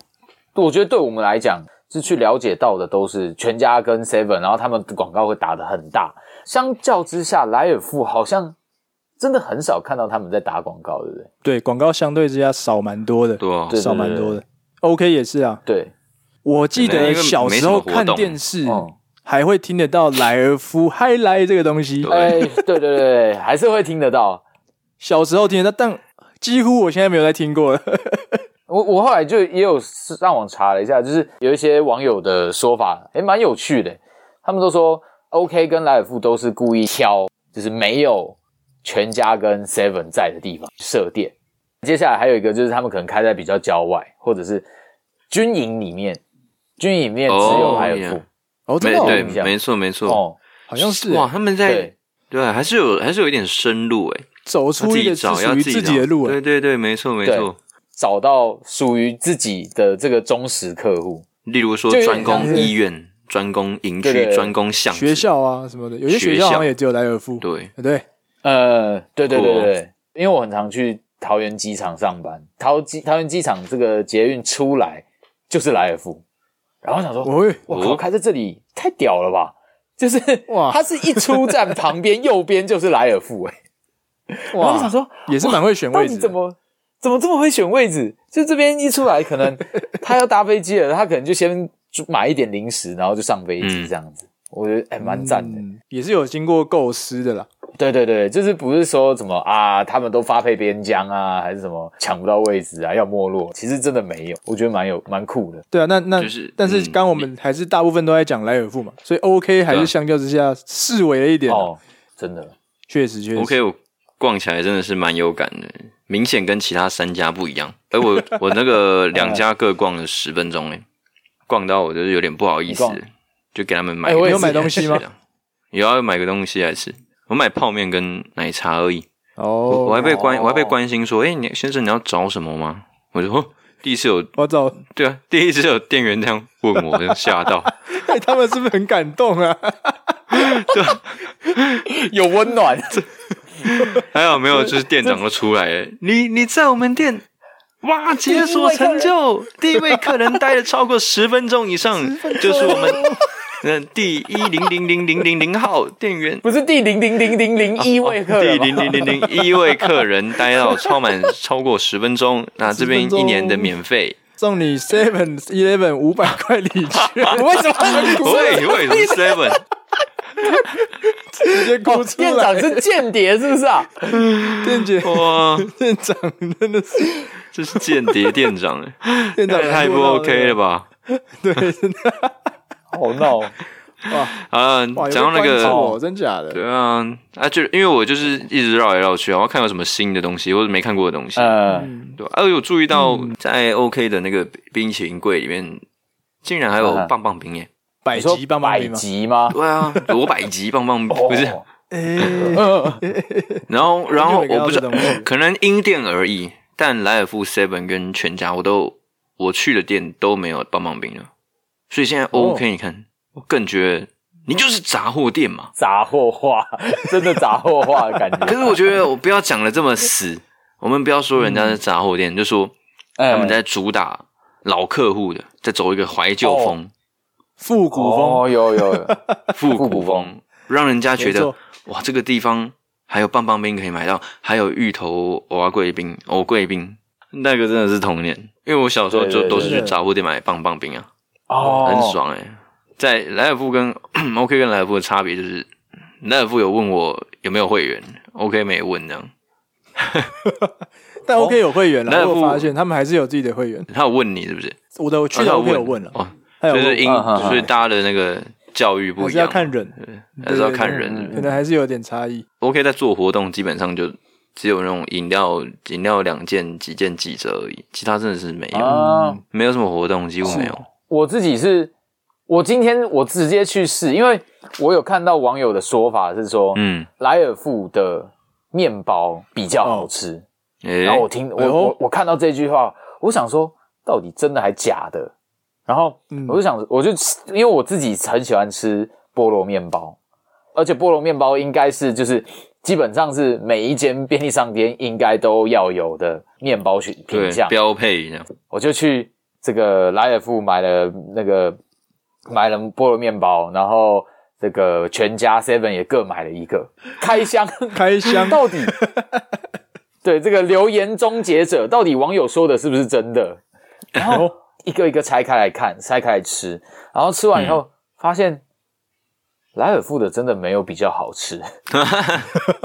[SPEAKER 1] 我觉得对我们来讲。是去了解到的都是全家跟 Seven，然后他们广告会打得很大。相较之下，莱尔富好像真的很少看到他们在打广告，对不对？
[SPEAKER 2] 对广告相对之下少蛮多的，
[SPEAKER 3] 对啊，
[SPEAKER 1] 对
[SPEAKER 2] 少蛮多的。OK 也是啊，
[SPEAKER 1] 对，
[SPEAKER 2] 我记
[SPEAKER 3] 对那
[SPEAKER 2] 得
[SPEAKER 3] 个
[SPEAKER 2] 小
[SPEAKER 3] 没
[SPEAKER 2] 时
[SPEAKER 3] 什么
[SPEAKER 2] 候
[SPEAKER 3] 活
[SPEAKER 2] 看
[SPEAKER 3] 动
[SPEAKER 2] 电视
[SPEAKER 1] 哦，
[SPEAKER 2] 还会听得到莱尔夫嗨来这个东西。
[SPEAKER 3] 对
[SPEAKER 1] 哎，对对对对，还是会听得到。
[SPEAKER 2] 小时候听得到，但几乎我现在没有再听过了。
[SPEAKER 1] 我我后来就也有上网查了一下，就是有一些网友的说法，诶，蛮有趣的。他们都说 OK 跟莱尔富都是故意挑，就是没有全家跟 Seven 在的地方设店。接下来还有一个就是他们可能开在比较郊外，或者是军营里面，军营里面只有
[SPEAKER 3] 哦
[SPEAKER 1] 莱尔
[SPEAKER 3] yeah
[SPEAKER 1] 富
[SPEAKER 2] 哦，真
[SPEAKER 3] 没
[SPEAKER 2] 的哦、
[SPEAKER 3] 对，
[SPEAKER 1] 印象
[SPEAKER 3] 没错没错，
[SPEAKER 1] 哦，
[SPEAKER 2] 好像是啊欸
[SPEAKER 3] 哇，他们在
[SPEAKER 1] 对，
[SPEAKER 3] 对，啊还是有还是有一点深入哎，
[SPEAKER 2] 走出
[SPEAKER 3] 他自
[SPEAKER 2] 一
[SPEAKER 3] 己
[SPEAKER 2] 个是
[SPEAKER 3] 找要
[SPEAKER 2] 属于自己
[SPEAKER 3] 找
[SPEAKER 2] 的路啊欸了
[SPEAKER 3] 对。对对，没错没
[SPEAKER 1] 对
[SPEAKER 3] 错。
[SPEAKER 1] 找到属于自己的这个忠实客户，
[SPEAKER 3] 例如说
[SPEAKER 1] 就有点
[SPEAKER 3] 专攻
[SPEAKER 1] 像是
[SPEAKER 3] 医院、专攻营
[SPEAKER 1] 对对
[SPEAKER 3] 区、
[SPEAKER 1] 对
[SPEAKER 3] 专攻巷子
[SPEAKER 2] 学，校啊什么的，有些学校
[SPEAKER 3] 学校
[SPEAKER 2] 好像也只有莱尔夫。
[SPEAKER 3] 对，
[SPEAKER 2] 对，
[SPEAKER 1] 呃，对对对
[SPEAKER 3] 酷哦
[SPEAKER 1] 对对，因为我很常去桃园机场上班，桃机桃园机场这个捷运出来就是莱尔富，然后想说，
[SPEAKER 2] 我会
[SPEAKER 1] 我靠，开在这里太屌了吧！就是
[SPEAKER 2] 哇
[SPEAKER 1] 它是一出站旁边右边就是莱尔富，哎，然后就
[SPEAKER 2] 哇
[SPEAKER 1] 想，说，
[SPEAKER 2] 也是蛮会选
[SPEAKER 1] 到
[SPEAKER 2] 位
[SPEAKER 1] 底
[SPEAKER 2] 置啊
[SPEAKER 1] 怎
[SPEAKER 2] 的。
[SPEAKER 1] 么怎么这么会选位置？就这边一出来，可能他要搭飞机了，他可能就先买一点零食，然后就上飞机
[SPEAKER 3] 嗯
[SPEAKER 1] 这样子，我觉得哎蛮赞的。
[SPEAKER 2] 嗯，也是有经过构思的啦。
[SPEAKER 1] 对对对，就是不是说什么啊，他们都发配边疆啊，还是什么抢不到位置啊，要没落？其实真的没有，我觉得蛮有蛮酷的。
[SPEAKER 2] 对啊，那那、
[SPEAKER 3] 就是
[SPEAKER 2] 但是
[SPEAKER 3] 嗯啊
[SPEAKER 2] 刚刚我们还是大部分都在讲莱尔富嘛，所以 OK 还是相较之下视为了一点啊、
[SPEAKER 1] 哦，真的，
[SPEAKER 2] 确实确实。
[SPEAKER 3] OK，我逛起来真的是蛮有感的，明显跟其他三家不一样。而我我 那个两
[SPEAKER 1] 嗯
[SPEAKER 3] 家各逛了十分钟，哎，逛到我就是有点不好意思
[SPEAKER 1] 你逛，
[SPEAKER 3] 就给他们买
[SPEAKER 1] 哎
[SPEAKER 3] 个
[SPEAKER 1] 我
[SPEAKER 3] 东西来
[SPEAKER 1] 也
[SPEAKER 2] 是
[SPEAKER 3] 吃。
[SPEAKER 2] 有买东西吗
[SPEAKER 3] 这样？有要买个东西来吃，我买泡面跟奶茶而已。我我
[SPEAKER 2] 哦
[SPEAKER 3] 还，被关
[SPEAKER 1] 哦
[SPEAKER 3] 我还被关心说，哎，你先生你要找什么吗？我就哦，第一次有
[SPEAKER 2] 我操，
[SPEAKER 3] 对啊，第一次有店员这样问我，就吓 到。
[SPEAKER 2] 哎 他们是不是很感动啊？
[SPEAKER 1] 有温暖，
[SPEAKER 3] 还好没有，就是店长都出来了。你你在我们店，哇，解锁成就，第一位客人待了超过十分钟以上，就是我们嗯第一零零零零零零号店员。
[SPEAKER 1] 不是第零零零零零一位客
[SPEAKER 3] 哦第
[SPEAKER 1] 人吗
[SPEAKER 3] 零零零零一位客人待到超 满超过十分钟，那这边
[SPEAKER 2] 10分钟
[SPEAKER 3] 一年的免费，
[SPEAKER 2] 送你 Seven Eleven 五百块礼券，
[SPEAKER 1] 为什么？
[SPEAKER 3] 喂喂什么 seven？
[SPEAKER 2] 直接哭出
[SPEAKER 1] 店
[SPEAKER 2] 来。
[SPEAKER 1] 哦长是间谍是不是啊？
[SPEAKER 2] 店姐，
[SPEAKER 3] 哇，
[SPEAKER 2] 店长真的是
[SPEAKER 3] 这是间谍 店长哎，
[SPEAKER 2] 店长
[SPEAKER 3] 太不 OK 了
[SPEAKER 2] 吧？
[SPEAKER 3] 吧？
[SPEAKER 2] 对，真的
[SPEAKER 1] 好闹，
[SPEAKER 3] 啊，
[SPEAKER 2] 哇，
[SPEAKER 3] 讲到那
[SPEAKER 2] 有被关
[SPEAKER 3] 个
[SPEAKER 2] 注哦，真假的？
[SPEAKER 3] 对啊，啊，就因为我就是一直绕来绕去啊，我要看有什么新的东西或者没看过的东西，
[SPEAKER 2] 嗯
[SPEAKER 1] 呃，
[SPEAKER 3] 对吧、啊，我有注意到在 OK 的那个冰淇淋柜里面，竟然还
[SPEAKER 2] 啊
[SPEAKER 3] 有
[SPEAKER 1] 嗯
[SPEAKER 3] 棒棒冰耶！
[SPEAKER 2] 百
[SPEAKER 1] 你说
[SPEAKER 2] 级棒棒
[SPEAKER 1] 百
[SPEAKER 2] 冰吗？
[SPEAKER 1] 集吗？
[SPEAKER 3] 对啊，罗百吉棒棒冰不是，
[SPEAKER 1] 哦
[SPEAKER 2] 哎，
[SPEAKER 1] 呃
[SPEAKER 3] 然后然后
[SPEAKER 2] 很久没
[SPEAKER 3] 我不知
[SPEAKER 2] 看到
[SPEAKER 3] 道
[SPEAKER 2] 这东西，
[SPEAKER 3] 可能因店而异，但莱尔富 Seven 跟全家我都我去的店都没有棒棒冰了，所以现在
[SPEAKER 2] 哦
[SPEAKER 3] OK 你看，我更觉得你就是杂货 店嘛。
[SPEAKER 1] 杂货化， 真的杂货化的感
[SPEAKER 3] 可
[SPEAKER 1] 觉。
[SPEAKER 3] 是我觉得我不要讲的这么死，我们不要说人家是杂货店，就说。
[SPEAKER 2] 哎
[SPEAKER 3] 他们
[SPEAKER 1] 嗯，
[SPEAKER 3] 在主打老客户的，在走一个怀旧风、
[SPEAKER 2] 复古风，
[SPEAKER 1] 哦，有 有有，
[SPEAKER 2] 哦
[SPEAKER 3] 复古风，让人家觉
[SPEAKER 2] 没
[SPEAKER 3] 得
[SPEAKER 2] 错
[SPEAKER 3] 哇，这个地方还有棒棒冰可以买到，还有芋头娃娃贵冰、藕贵冰，那个真的是童年，因为我小时候
[SPEAKER 1] 对
[SPEAKER 3] 就
[SPEAKER 1] 对
[SPEAKER 3] 都是
[SPEAKER 2] 对
[SPEAKER 3] 去杂货店买棒棒冰啊，
[SPEAKER 1] 哦，
[SPEAKER 3] 很。爽哎、在莱尔富跟 OK 跟莱尔富的差别就是，莱尔富有问我有没有会员，OK 没问这样，
[SPEAKER 2] 但 OK 有会员
[SPEAKER 3] 哦那
[SPEAKER 2] 了，我有
[SPEAKER 3] 不
[SPEAKER 2] 发现他们还是有自己的会员。
[SPEAKER 3] 他有问你是不是？
[SPEAKER 2] 我啊的我去
[SPEAKER 3] 哦他
[SPEAKER 2] 的
[SPEAKER 3] 有
[SPEAKER 2] OK 有问了，
[SPEAKER 3] 哦，
[SPEAKER 2] 还有啊
[SPEAKER 3] 就是因
[SPEAKER 1] 嗯嗯嗯
[SPEAKER 3] 所以大家的那个教育不
[SPEAKER 2] 还
[SPEAKER 3] 一
[SPEAKER 2] 是要
[SPEAKER 3] 样，嗯
[SPEAKER 2] 看人，
[SPEAKER 3] 还是要看
[SPEAKER 2] 对对对
[SPEAKER 3] 人。啊
[SPEAKER 2] 可能还是有点差异。
[SPEAKER 3] OK，在做活动基本上就只有那种饮料饮料两件几件几折而已，其他真的是没有，
[SPEAKER 1] 啊，
[SPEAKER 3] 没有什么活动，几乎没有。
[SPEAKER 1] 我自己是，我今天我直接去试，因为我有看到网友的说法是说，
[SPEAKER 3] 嗯，
[SPEAKER 1] 莱尔富的面包比较好吃。
[SPEAKER 3] 诶、
[SPEAKER 1] 然后我听我、
[SPEAKER 2] 哎呦
[SPEAKER 1] 我我看到这句话，我想说到底真的还假的？然后
[SPEAKER 2] 嗯
[SPEAKER 1] 我就想，我就因为我自己很喜欢吃菠萝面包，而且菠萝面包应该是就是基本上是每一间便利商店应该都要有的面包选品
[SPEAKER 3] 对
[SPEAKER 1] 项。
[SPEAKER 3] 标配这样，
[SPEAKER 1] 我就去这个莱尔富买了那个买了菠萝面包，然后这个全家 Seven 也各买了一个，开箱
[SPEAKER 2] 开 箱
[SPEAKER 1] 到 底
[SPEAKER 2] 哎
[SPEAKER 1] 对这个留言终结者，到底网友说的是不是真的？然后一个一个拆开来看，拆开来吃，然后吃完以
[SPEAKER 2] 嗯
[SPEAKER 1] 后、发现莱尔富的真的没有比较好 吃，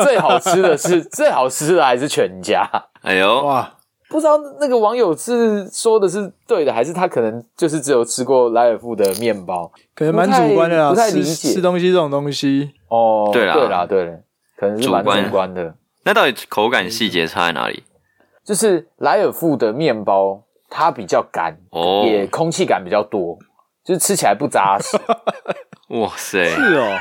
[SPEAKER 1] 最好吃的是最好吃的还是全 家。
[SPEAKER 3] 哎呦，
[SPEAKER 2] 哇，
[SPEAKER 1] 不知道那个网友是说的是对的，还是他可能就是只有吃过莱尔富的面包
[SPEAKER 2] 可能蛮主观的啦，啊
[SPEAKER 1] 不太不太
[SPEAKER 2] 吃
[SPEAKER 1] 理解
[SPEAKER 2] 吃东西这种东西，
[SPEAKER 1] 哦。
[SPEAKER 3] 对啦
[SPEAKER 1] 对啦，对了，可能是蛮
[SPEAKER 3] 主观
[SPEAKER 1] 主观的。
[SPEAKER 3] 那到底口感细节差在哪里？
[SPEAKER 1] 就是莱尔富的面包，它比较干，
[SPEAKER 3] 哦
[SPEAKER 1] 也空气感比较多，就是吃起来不扎实。
[SPEAKER 3] 哇塞，
[SPEAKER 2] 是哦。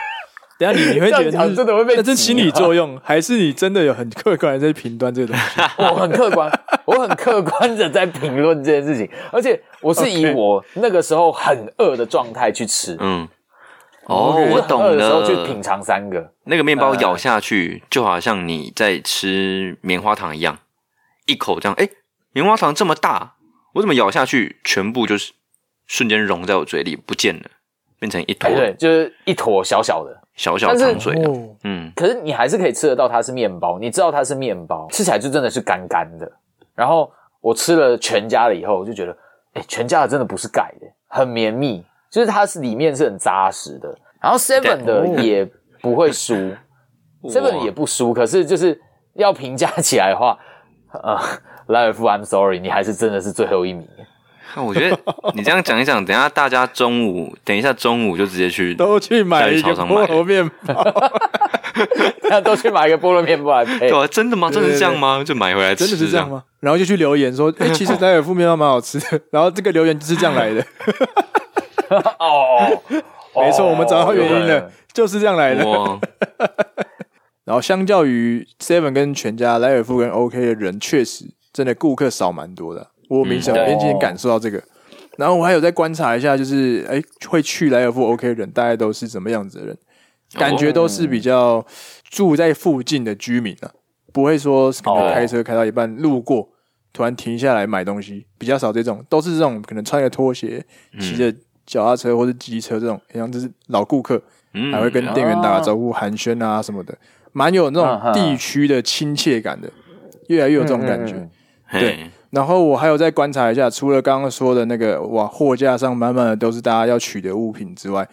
[SPEAKER 2] 等一下你你会觉
[SPEAKER 1] 这样
[SPEAKER 2] 得
[SPEAKER 1] 讲
[SPEAKER 2] 是
[SPEAKER 1] 真的会被
[SPEAKER 2] 那是
[SPEAKER 1] 挤啊
[SPEAKER 2] 心理作用，还是你真的有很客观的在评断这个东西？
[SPEAKER 1] 我很客观，我很客观的在评论这件事情，而且我是以
[SPEAKER 2] OK
[SPEAKER 1] 我那个时候很饿的状态去吃。
[SPEAKER 3] 嗯，哦，
[SPEAKER 1] 就是
[SPEAKER 3] 我
[SPEAKER 1] 很饿
[SPEAKER 3] 懂
[SPEAKER 1] 的时候去
[SPEAKER 3] 了
[SPEAKER 1] 品。尝呃三个，
[SPEAKER 3] 那个面包咬下去，就好像你在吃棉花糖一样，一口这样，哎、棉花糖这么大，我怎么咬下去，全部就是瞬间融在我嘴里不见了，变成一坨
[SPEAKER 1] 哎对，就是一坨小小的，
[SPEAKER 3] 小小
[SPEAKER 1] 但是
[SPEAKER 3] 糖水啊。
[SPEAKER 2] 哦，
[SPEAKER 3] 嗯，
[SPEAKER 1] 可是你还是可以吃得到它是面包，你知道它是面包，吃起来就真的是干干的。然后我吃了全家的以后，我就觉得，哎、全家的真的不是盖的，很绵密，就是它是里面是很扎实的。然后 Seven 的也不会输，Seven 也不输，可是就是要评价起来的话， 呃，莱尔夫，I'm sorry，你还是真的是最后一名。
[SPEAKER 3] 看我觉得你这样讲一讲，等一下大家中午，等一下中午就直接去，
[SPEAKER 2] 都去买一个
[SPEAKER 3] 家里超商买
[SPEAKER 2] 菠萝面包，
[SPEAKER 1] 那都去买一个菠萝面包来配
[SPEAKER 3] 对、。啊，真的吗？真的是这样吗？就买回来吃，
[SPEAKER 2] 真的是
[SPEAKER 3] 这
[SPEAKER 2] 这样？吗？然后就去留言 说，哎，其实莱尔夫面包蛮好吃的。 然后这个留言就是这样来的，
[SPEAKER 1] 哦哦， 哦
[SPEAKER 2] 没错，我们找到原因
[SPEAKER 1] 有可
[SPEAKER 2] 了
[SPEAKER 1] 能，
[SPEAKER 2] 就是这样来的。
[SPEAKER 3] 哇，
[SPEAKER 2] 然后相较于 Seven 跟全家、莱尔富跟 OK 的人，确实真的顾客少蛮多的。我明显
[SPEAKER 1] 嗯
[SPEAKER 2] 明显感受到这个。然后我还有再观察一下，就是哎，会去莱尔富 OK 的人，大概都是什么样子的人？感觉都
[SPEAKER 1] 哦
[SPEAKER 2] 是比较住在附近的居民啊，不会说可
[SPEAKER 1] 哦
[SPEAKER 2] 能开车开到一半路过，突然停下来买东西，比较少这种，都是这种可能穿着拖鞋、
[SPEAKER 1] 嗯
[SPEAKER 2] 骑着脚踏车或者机车这种，像这是老顾客，
[SPEAKER 3] 嗯
[SPEAKER 2] 还会跟店员打个招呼、寒暄啊什么的，蛮有那
[SPEAKER 1] 嗯嗯
[SPEAKER 2] 种地区的亲切感的，越来越有这种感觉。
[SPEAKER 1] 嗯嗯嗯
[SPEAKER 3] 嘿，
[SPEAKER 2] 然后我还有再观察一下，除了刚刚说的那个哇，货架上满满的都是大家要取的物品之外，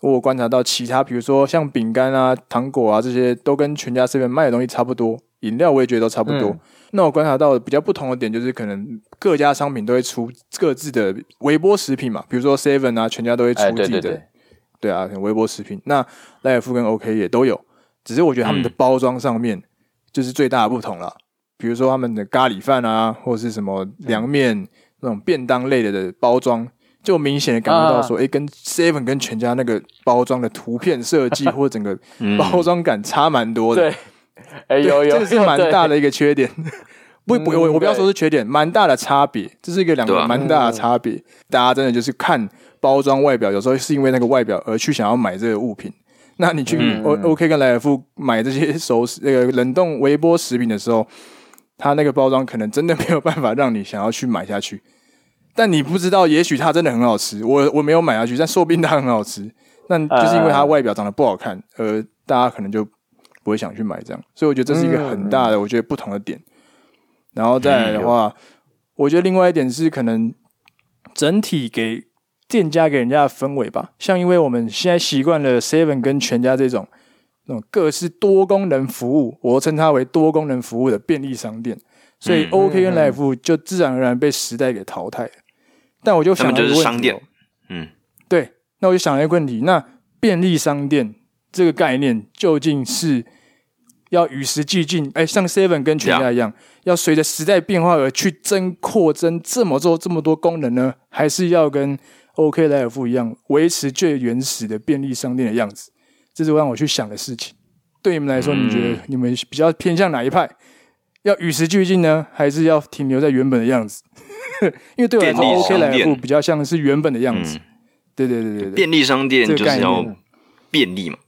[SPEAKER 2] 我有观察到其他，比如说像饼干啊、糖果啊这些，都跟全家这边卖的东西差不多。饮料我也觉得都差不多。
[SPEAKER 1] 嗯
[SPEAKER 2] 那我观察到的比较不同的点就是，可能各家商品都会出各自的微波食品嘛，比如说 Seven 啊，全家都会出
[SPEAKER 1] 哎，
[SPEAKER 2] 自
[SPEAKER 1] 对
[SPEAKER 2] 己的
[SPEAKER 1] 对对，
[SPEAKER 2] 对啊，可能微波食品。那莱尔富跟 OK 也都有，只是我觉得他们的包装上面就是最大的不同了。比如说他们的咖喱饭啊，或是什么凉面、那种便当类的的包装，就明显的感觉到说，哎、跟 Seven 跟全家那个包装的图片设计或整个包装感差蛮多的。
[SPEAKER 1] 对，哎有有，
[SPEAKER 2] 这个是蛮
[SPEAKER 1] 对嗯
[SPEAKER 2] 大 的一个缺点。不不，我我不要说是缺点，蛮大的差别，这是一个两
[SPEAKER 3] 对
[SPEAKER 2] 个
[SPEAKER 3] 啊
[SPEAKER 2] 蛮大的差别。
[SPEAKER 1] 嗯
[SPEAKER 2] 大家真的就是看包装外表，有时候是因为那个外表而去想要买这个物品。那你去
[SPEAKER 1] 嗯
[SPEAKER 2] O OK 跟莱尔富买这些熟食那个冷冻微波食品的时候，它那个包装可能真的没有办法让你想要去买下去。但你不知道，也许它真的很好吃，我我没有买下去，但说不定它很好吃。那就是因为它外表长得不好看，而大家可能就不会想去买这样。所以我觉得这是一个很大的，我觉得不同的点。然后再来的话，我觉得另外一点是可能整体给店家给人家的氛围吧，像因为我们现在习惯了 Seven 跟全家这种那种各式多功能服务，我称它为多功能服务的便利商店，所以
[SPEAKER 3] 嗯
[SPEAKER 2] OK 跟来福就自然而然被时代给淘汰了。但我就
[SPEAKER 3] 他
[SPEAKER 2] 想
[SPEAKER 3] 们
[SPEAKER 2] 到
[SPEAKER 3] 就
[SPEAKER 2] 一个
[SPEAKER 3] 是
[SPEAKER 2] 问
[SPEAKER 3] 商
[SPEAKER 2] 题
[SPEAKER 3] 店
[SPEAKER 2] 哦
[SPEAKER 3] 嗯，
[SPEAKER 2] 对，那我就想了一个问题，那便利商店这个概念究竟是要与时俱进？哎，像 Seven 跟全家一样，要随着时代变化而去增扩增这么做这么多功能呢，还是要跟 OK 莱尔富一样，维持最原始的便利商店的样子？这是让我去想的事情。对你们来说，你
[SPEAKER 3] 嗯
[SPEAKER 2] 觉得你们比较偏向哪一派？要与时俱进呢，还是要停留在原本的样子？ 因为对我来说
[SPEAKER 3] 便利
[SPEAKER 2] ，OK
[SPEAKER 3] 商
[SPEAKER 2] 莱尔富
[SPEAKER 3] 店
[SPEAKER 2] 比较像是原本的样子
[SPEAKER 3] 嗯。
[SPEAKER 2] 对对对对对，
[SPEAKER 3] 便利商店
[SPEAKER 2] 这个
[SPEAKER 3] 就
[SPEAKER 2] 概
[SPEAKER 3] 是要
[SPEAKER 2] 念嗯
[SPEAKER 3] 便利嘛，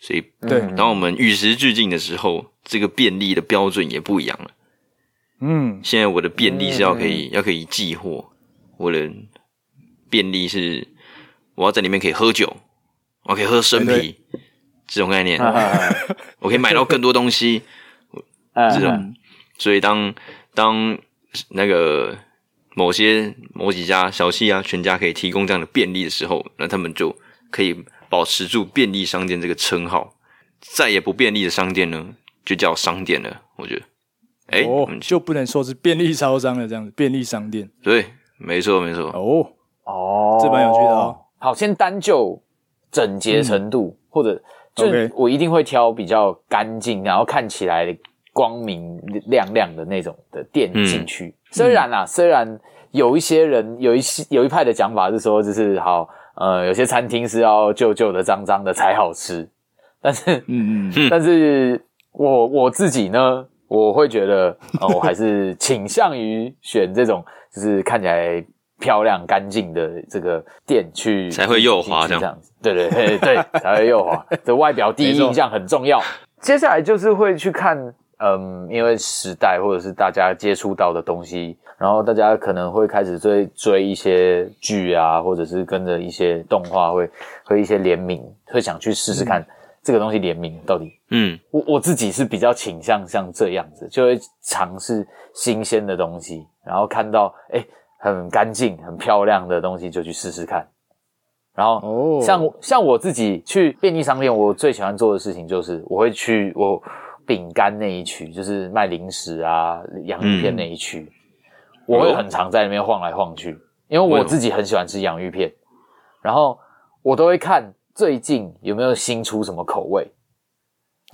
[SPEAKER 3] 所以
[SPEAKER 2] 对，
[SPEAKER 3] 当我们与时俱进的时候，这个便利的标准也不一样了。
[SPEAKER 2] 嗯，
[SPEAKER 3] 现在我的便利是要可以、要可以寄货，我的便利是我要在里面可以喝酒，我可以喝生
[SPEAKER 2] 对
[SPEAKER 3] 啤这种概念，
[SPEAKER 1] 啊啊啊
[SPEAKER 3] 我可以买到更多 东西。
[SPEAKER 1] 嗯
[SPEAKER 3] 啊这种所以当当那个某些某几家小气啊、全家可以提供这样的便利的时候，那他们就可以保持住便利商店这个称号。再也不便利的商店呢，就叫商店了。我觉得，哎、
[SPEAKER 2] 哦
[SPEAKER 3] 我们，
[SPEAKER 2] 就不能说是便利超商了这样子，便利商店
[SPEAKER 3] 对，没错没错，
[SPEAKER 2] 哦，
[SPEAKER 1] 哦，
[SPEAKER 2] 这蛮有趣的哦。嗯
[SPEAKER 1] 好，先单就整洁程度，或者就
[SPEAKER 2] OK
[SPEAKER 1] 我一定会挑比较干净，然后看起来光明亮亮的那种的店
[SPEAKER 3] 嗯
[SPEAKER 1] 进去。虽然啦，虽然有一些人有一些有一派的讲法是说，就是好，呃，有些餐厅是要旧旧的、脏脏的才好吃，但是
[SPEAKER 2] 嗯嗯，
[SPEAKER 1] 但是我我自己呢，我会觉得，呃，我还是倾向于选这种就是看起来漂亮干净的这个店去，
[SPEAKER 3] 才会右滑
[SPEAKER 1] 这
[SPEAKER 3] 这
[SPEAKER 1] 样子，对对对对，才会右滑。这外表第一印象很重要。接下来就是会去看，嗯，因为时代或者是大家接触到的东西，然后大家可能会开始追追一些剧啊，或者是跟着一些动画会会一些联名，会想去试试看这个东西联名到底
[SPEAKER 3] 嗯，
[SPEAKER 1] 我我自己是比较倾向像这样子，就会尝试新鲜的东西，然后看到哎、诶很干净、很漂亮的东西就去试试看。然后
[SPEAKER 2] 哦
[SPEAKER 1] 像我像我自己去便利商店，我最喜欢做的事情就是我会去我饼干那一区，就是卖零食啊、洋芋片那一区，我会很常在那边晃来晃去，因为我自己很喜欢吃洋芋片，然后我都会看最近有没有新出什么口味。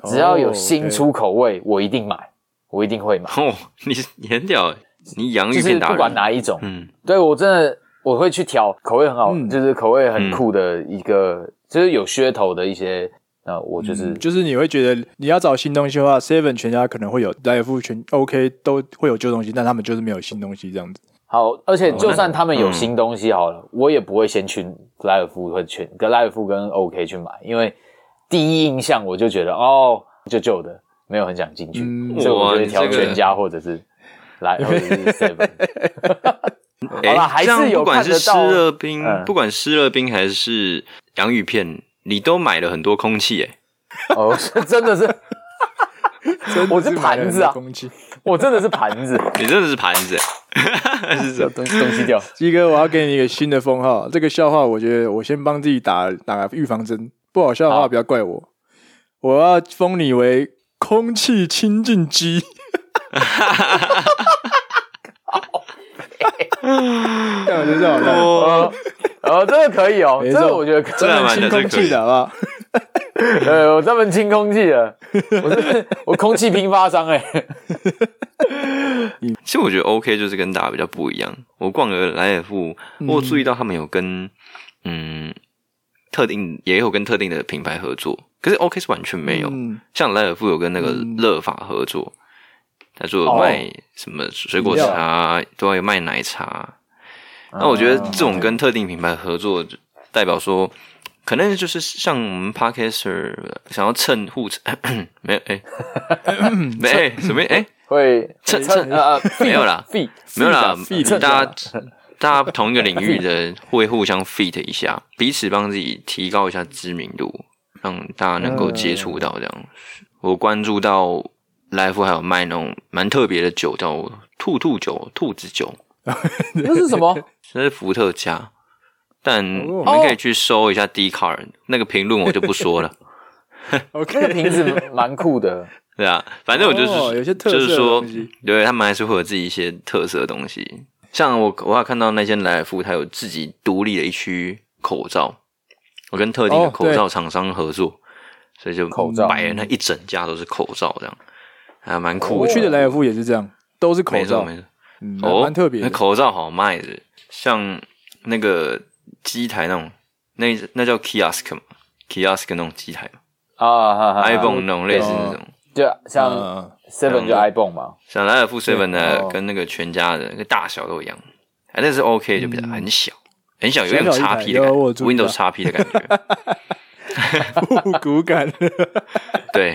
[SPEAKER 1] 只要有新
[SPEAKER 2] 哦
[SPEAKER 1] 出口味，我一定买，我一定会买，
[SPEAKER 3] 哦， 你你很屌欸，你洋
[SPEAKER 1] 就
[SPEAKER 3] 芋
[SPEAKER 1] 是
[SPEAKER 3] 片达
[SPEAKER 1] 不
[SPEAKER 3] 人，
[SPEAKER 1] 管哪一种，
[SPEAKER 3] 嗯
[SPEAKER 1] 对我真的我会去挑口味很好，
[SPEAKER 2] 嗯
[SPEAKER 1] 就是口味很酷的一个，就是有噱头的一些，呃，我就
[SPEAKER 2] 对
[SPEAKER 1] 是、
[SPEAKER 2] 嗯就是你会觉得你要找新东西的话，Seven 全家可能会有，来福全 OK 都会有旧东西，但他们就是没有新东西这样子。
[SPEAKER 1] 好，而且就算他们有
[SPEAKER 3] 嗯
[SPEAKER 1] 新东西好了，我也不会先去莱尔夫和全跟莱尔夫跟 OK 去买，因为第一印象我就觉得哦，旧旧的，没有很想进去，
[SPEAKER 2] 嗯
[SPEAKER 1] 所以我就会挑
[SPEAKER 3] 哇你这个
[SPEAKER 1] 全家或者是来 或者是 seven。
[SPEAKER 3] 哎，
[SPEAKER 1] 好啦还是
[SPEAKER 3] 这样
[SPEAKER 1] 有
[SPEAKER 3] 不管
[SPEAKER 1] 看
[SPEAKER 3] 是
[SPEAKER 1] 得
[SPEAKER 3] 湿
[SPEAKER 1] 到
[SPEAKER 3] 热冰，
[SPEAKER 1] 嗯
[SPEAKER 3] 不管湿热冰还是洋芋片，你都买了很多空气哎。
[SPEAKER 1] 哦，是真的是，我是盘子啊，
[SPEAKER 2] 攻击
[SPEAKER 1] 我真的是盘子，
[SPEAKER 3] 你真的是盘子欸， 是这样
[SPEAKER 1] 东东西掉。
[SPEAKER 2] 鸡哥，我要给你一个新的封号。这个笑话，我觉得我先帮自己打打个预防针，不好笑的话
[SPEAKER 1] 好
[SPEAKER 2] 不要怪我。我要封你为空气清净机。干我觉得这好看，
[SPEAKER 1] 哦，哦，这个可以哦，
[SPEAKER 2] 没
[SPEAKER 1] 这
[SPEAKER 2] 错
[SPEAKER 1] 个我觉得可
[SPEAKER 3] 这
[SPEAKER 1] 以。
[SPEAKER 2] 专
[SPEAKER 3] 还
[SPEAKER 2] 门清
[SPEAKER 3] 蛮这
[SPEAKER 2] 空
[SPEAKER 3] 可以
[SPEAKER 2] 气的好不好？
[SPEAKER 1] 呃，我专门清空气了，我是我空气批发商哎、
[SPEAKER 3] 其实我觉得 OK 就是跟大家比较不一样。我逛了莱尔富，我有注意到他们有跟嗯特定也有跟特定的品牌合作，可是 OK 是完全没有。
[SPEAKER 2] 嗯
[SPEAKER 3] 像莱尔富有跟那个乐法合作，他做卖什么水果茶，都有卖奶茶。 那我觉得这种跟特定品牌合作，代表说，可能就是像我们 Podcaster 想要蹭互蹭， 没有哎，没哎什么哎
[SPEAKER 1] 会
[SPEAKER 3] 趁趁
[SPEAKER 1] 呃呃
[SPEAKER 3] 没有啦，
[SPEAKER 1] feed
[SPEAKER 3] 没有啦
[SPEAKER 2] feed，
[SPEAKER 3] 嗯大家
[SPEAKER 2] 啊
[SPEAKER 3] 大家同一个领域的会互相 fit 一下，彼此帮自己提高一下知名度，让大家能够接触到
[SPEAKER 2] 嗯
[SPEAKER 3] 这样。我关注到来福还有卖那种蛮特别的酒，叫兔兔酒、兔子酒，
[SPEAKER 1] 那是什么？
[SPEAKER 3] 那是伏特加。但你
[SPEAKER 2] 哦
[SPEAKER 3] 们可以去搜一下 D card 那个评论，我就不说了。
[SPEAKER 1] 那个
[SPEAKER 2] ，OK，
[SPEAKER 1] 瓶子蛮酷的，
[SPEAKER 3] 对啊，反正我就是、
[SPEAKER 2] 哦有些特色
[SPEAKER 3] 就
[SPEAKER 2] 的
[SPEAKER 3] 是说
[SPEAKER 2] 东西，
[SPEAKER 3] 对他们还是会有自己一些特色的东西。像我，我还看到那些莱尔富，它有自己独立的一区口罩，我跟特定的
[SPEAKER 2] 哦
[SPEAKER 3] 口罩厂商合作，所以就
[SPEAKER 1] 口罩
[SPEAKER 3] 摆了那一整家都是口罩，这样还蛮酷
[SPEAKER 2] 我去的
[SPEAKER 3] 莱
[SPEAKER 2] 莱尔富也是这样，都是口
[SPEAKER 3] 啊没错
[SPEAKER 2] 罩，
[SPEAKER 3] 没错，
[SPEAKER 2] 嗯，
[SPEAKER 3] 哦，
[SPEAKER 2] 蛮特别
[SPEAKER 3] 那
[SPEAKER 2] 的。
[SPEAKER 3] 口罩好卖的，像那个机台那种，那那叫 kiosk 嘛，kiosk 那种机台嘛
[SPEAKER 1] 啊哈哈哈嗯
[SPEAKER 3] ，iPhone 那种类似那种。
[SPEAKER 1] 就像
[SPEAKER 2] 嗯
[SPEAKER 1] seven 就 iPhone 嘛，
[SPEAKER 3] 像莱尔富 seven
[SPEAKER 2] 对
[SPEAKER 3] 的
[SPEAKER 2] 哦
[SPEAKER 3] 跟那个全家的那个大小都一样，哎，但是 OK 就比较很小，很小，有
[SPEAKER 2] 嗯小
[SPEAKER 3] 点
[SPEAKER 2] 小一台
[SPEAKER 3] XP 的感
[SPEAKER 2] 有我
[SPEAKER 3] 觉
[SPEAKER 2] 注意到
[SPEAKER 3] ，Windows XP 的感觉，
[SPEAKER 2] 复古感，
[SPEAKER 3] 对，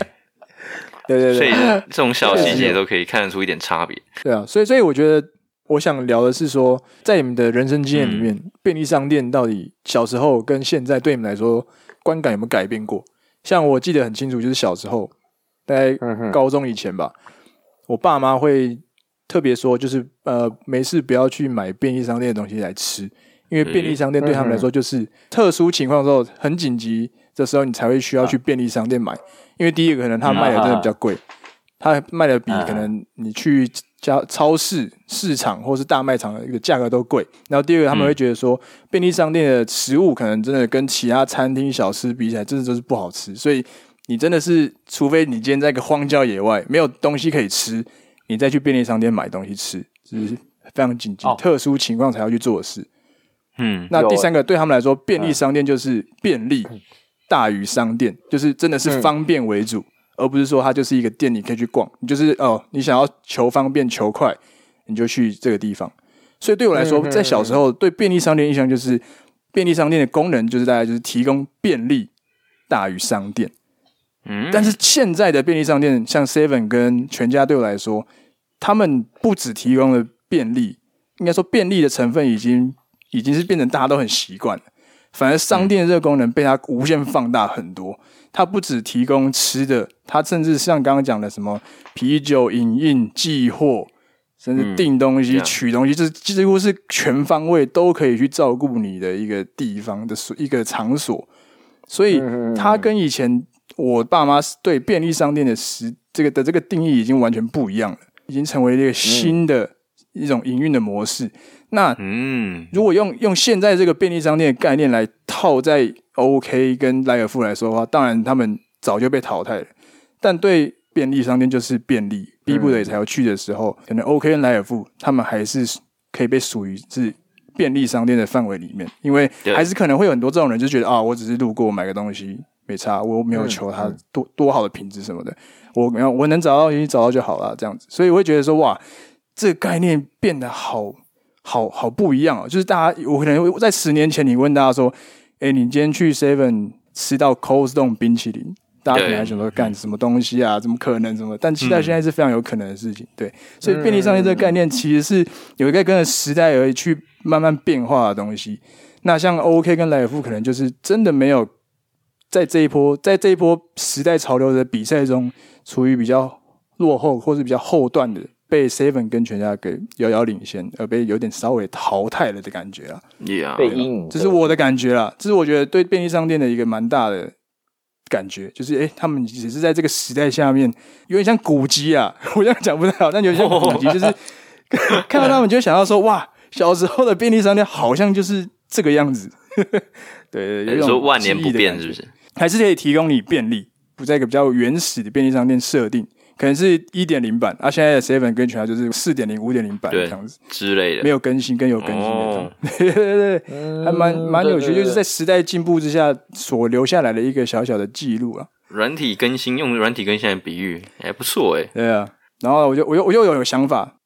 [SPEAKER 2] 对对
[SPEAKER 3] 所以
[SPEAKER 2] 对，
[SPEAKER 3] 这种小细节都可以看得出一点差别。
[SPEAKER 2] 对啊，所以所以我觉得我想聊的是说，在你们的人生
[SPEAKER 1] 嗯
[SPEAKER 2] 经验里面，便利商店到底小时候跟现在对你们来说观感有没有改变过？像我记得很清楚，就是小时候大概
[SPEAKER 1] 嗯哼
[SPEAKER 2] 高中以前吧，我爸妈会特别说，就是呃，没事不要去买便利商店的东西来吃，因为便利商店对他
[SPEAKER 1] 嗯
[SPEAKER 2] 们来说就是特殊情况的时候，很紧急的时候，你才会
[SPEAKER 1] 啊
[SPEAKER 2] 需要去便利商店买。因为第一个可能他
[SPEAKER 1] 嗯
[SPEAKER 2] 卖的真的比较贵，他卖的比可能你去家超市、市场或是大卖场的一个价格都贵。然后第二个他们会觉得说，便利商店的食物可能真的跟其他餐厅小吃比起来，真的就是不好吃，所以。你真的是，除非你今天在一个荒郊野外，没有东西可以吃，你再去便利商店买东西吃，这是非常紧急、
[SPEAKER 1] 哦
[SPEAKER 2] 特殊情况才要去做的事。
[SPEAKER 3] 嗯，
[SPEAKER 2] 那
[SPEAKER 1] 有
[SPEAKER 2] 第三个，对他们来说，便利商店就是便利大于商店，就是真的是方便为主，而不是说它就是一个店，你可以去逛，你就是哦，你想要求方便求快，你就去这个地方。所以对我来说，在小时候对便利商店印象就是，便利商店的功能就是大概就是提供便利大于商店。
[SPEAKER 3] 嗯
[SPEAKER 2] 但是现在的便利商店，像 Seven 跟全家，对我来说，他们不只提供了便利，应该说便利的成分已经已经是变成大家都很习惯了。反而商店这个功能被它无限放大很多，它不只提供吃的，它甚至像刚刚讲的什么啤酒、影印、寄货，甚至
[SPEAKER 3] 嗯
[SPEAKER 2] 订东西、
[SPEAKER 3] 对啊
[SPEAKER 2] 取东西，这几乎是全方位都可以去照顾你的一个地方的所一个场所。所
[SPEAKER 3] 嗯
[SPEAKER 2] 以它跟以前我爸妈对便利商店的时这个的这个定义已经完全不一样了，已经成为一个新的一种营运的模式。那
[SPEAKER 3] 嗯，
[SPEAKER 2] 如果用用现在这个便利商店的概念来套在 OK 跟莱尔富来说的话，当然他们早就被淘汰了。但对便利商店就是便利，逼不得已才要去的时候，
[SPEAKER 3] 嗯
[SPEAKER 2] 可能 OK 跟莱尔富他们还是可以被属于是便利商店的范围里面，因为
[SPEAKER 3] 对
[SPEAKER 2] 还是可能会有很多这种人就觉得啊，我只是路过买个东西没差，我又没有求
[SPEAKER 3] 嗯
[SPEAKER 2] 它多多好的品质什么的，我然后我能找到已经找到就好了这样子，所以我会觉得说哇，这个概念变得好好好不一样哦，就是大家我可能在十年前你问大家说，哎，你今天去 Seven 吃到 Cold Stone 冰淇淋。大家可能还想说干什么东西啊？怎么可能？怎么？但期待现在是非常有可能的事情，对。所以便利商店这个概念其实是有一个跟着时代而去慢慢变化的东西。那像 OK 跟莱尔富可能就是真的没有在这一波在这一波时代潮流的比赛中，处于比较落后或是比较后段的，被 Seven 跟全家给遥遥领先，而被有点稍微淘汰了的感觉啊。
[SPEAKER 3] 呀，
[SPEAKER 1] 被阴影，
[SPEAKER 2] 这是我的感觉啦，这是我觉得对便利商店的一个蛮大的感觉，就是诶，他们只是在这个时代下面，有点像古籍啊， 我这样讲不太好，但有点像古籍，
[SPEAKER 3] 哦
[SPEAKER 2] 就是 看到他们就想到说，哇，小时候的便利商店好像就是这个样子， 对对，有一
[SPEAKER 3] 你
[SPEAKER 2] 种
[SPEAKER 3] 说万年
[SPEAKER 2] 记
[SPEAKER 3] 不
[SPEAKER 2] 忆的
[SPEAKER 3] 变
[SPEAKER 2] 感觉
[SPEAKER 3] 是不是？
[SPEAKER 2] 还是可以提供你便利，不在一个比较原始的便利商店设定，可能是一点零版，啊，现在的 Seven 跟全家就是四点零、五点零版这
[SPEAKER 3] 对哦
[SPEAKER 2] 样子，
[SPEAKER 3] 之类的，
[SPEAKER 2] 没有更新，更有更新那种。 对对
[SPEAKER 1] 嗯
[SPEAKER 2] 对，还蛮蛮有趣，
[SPEAKER 1] 对对对
[SPEAKER 2] 就是在时代进步之下所留下来的一个小小的记录啊。
[SPEAKER 3] 软体更新，用软体更新来比喻，还不错哎。
[SPEAKER 2] 对啊，然后我就我又我又有想法，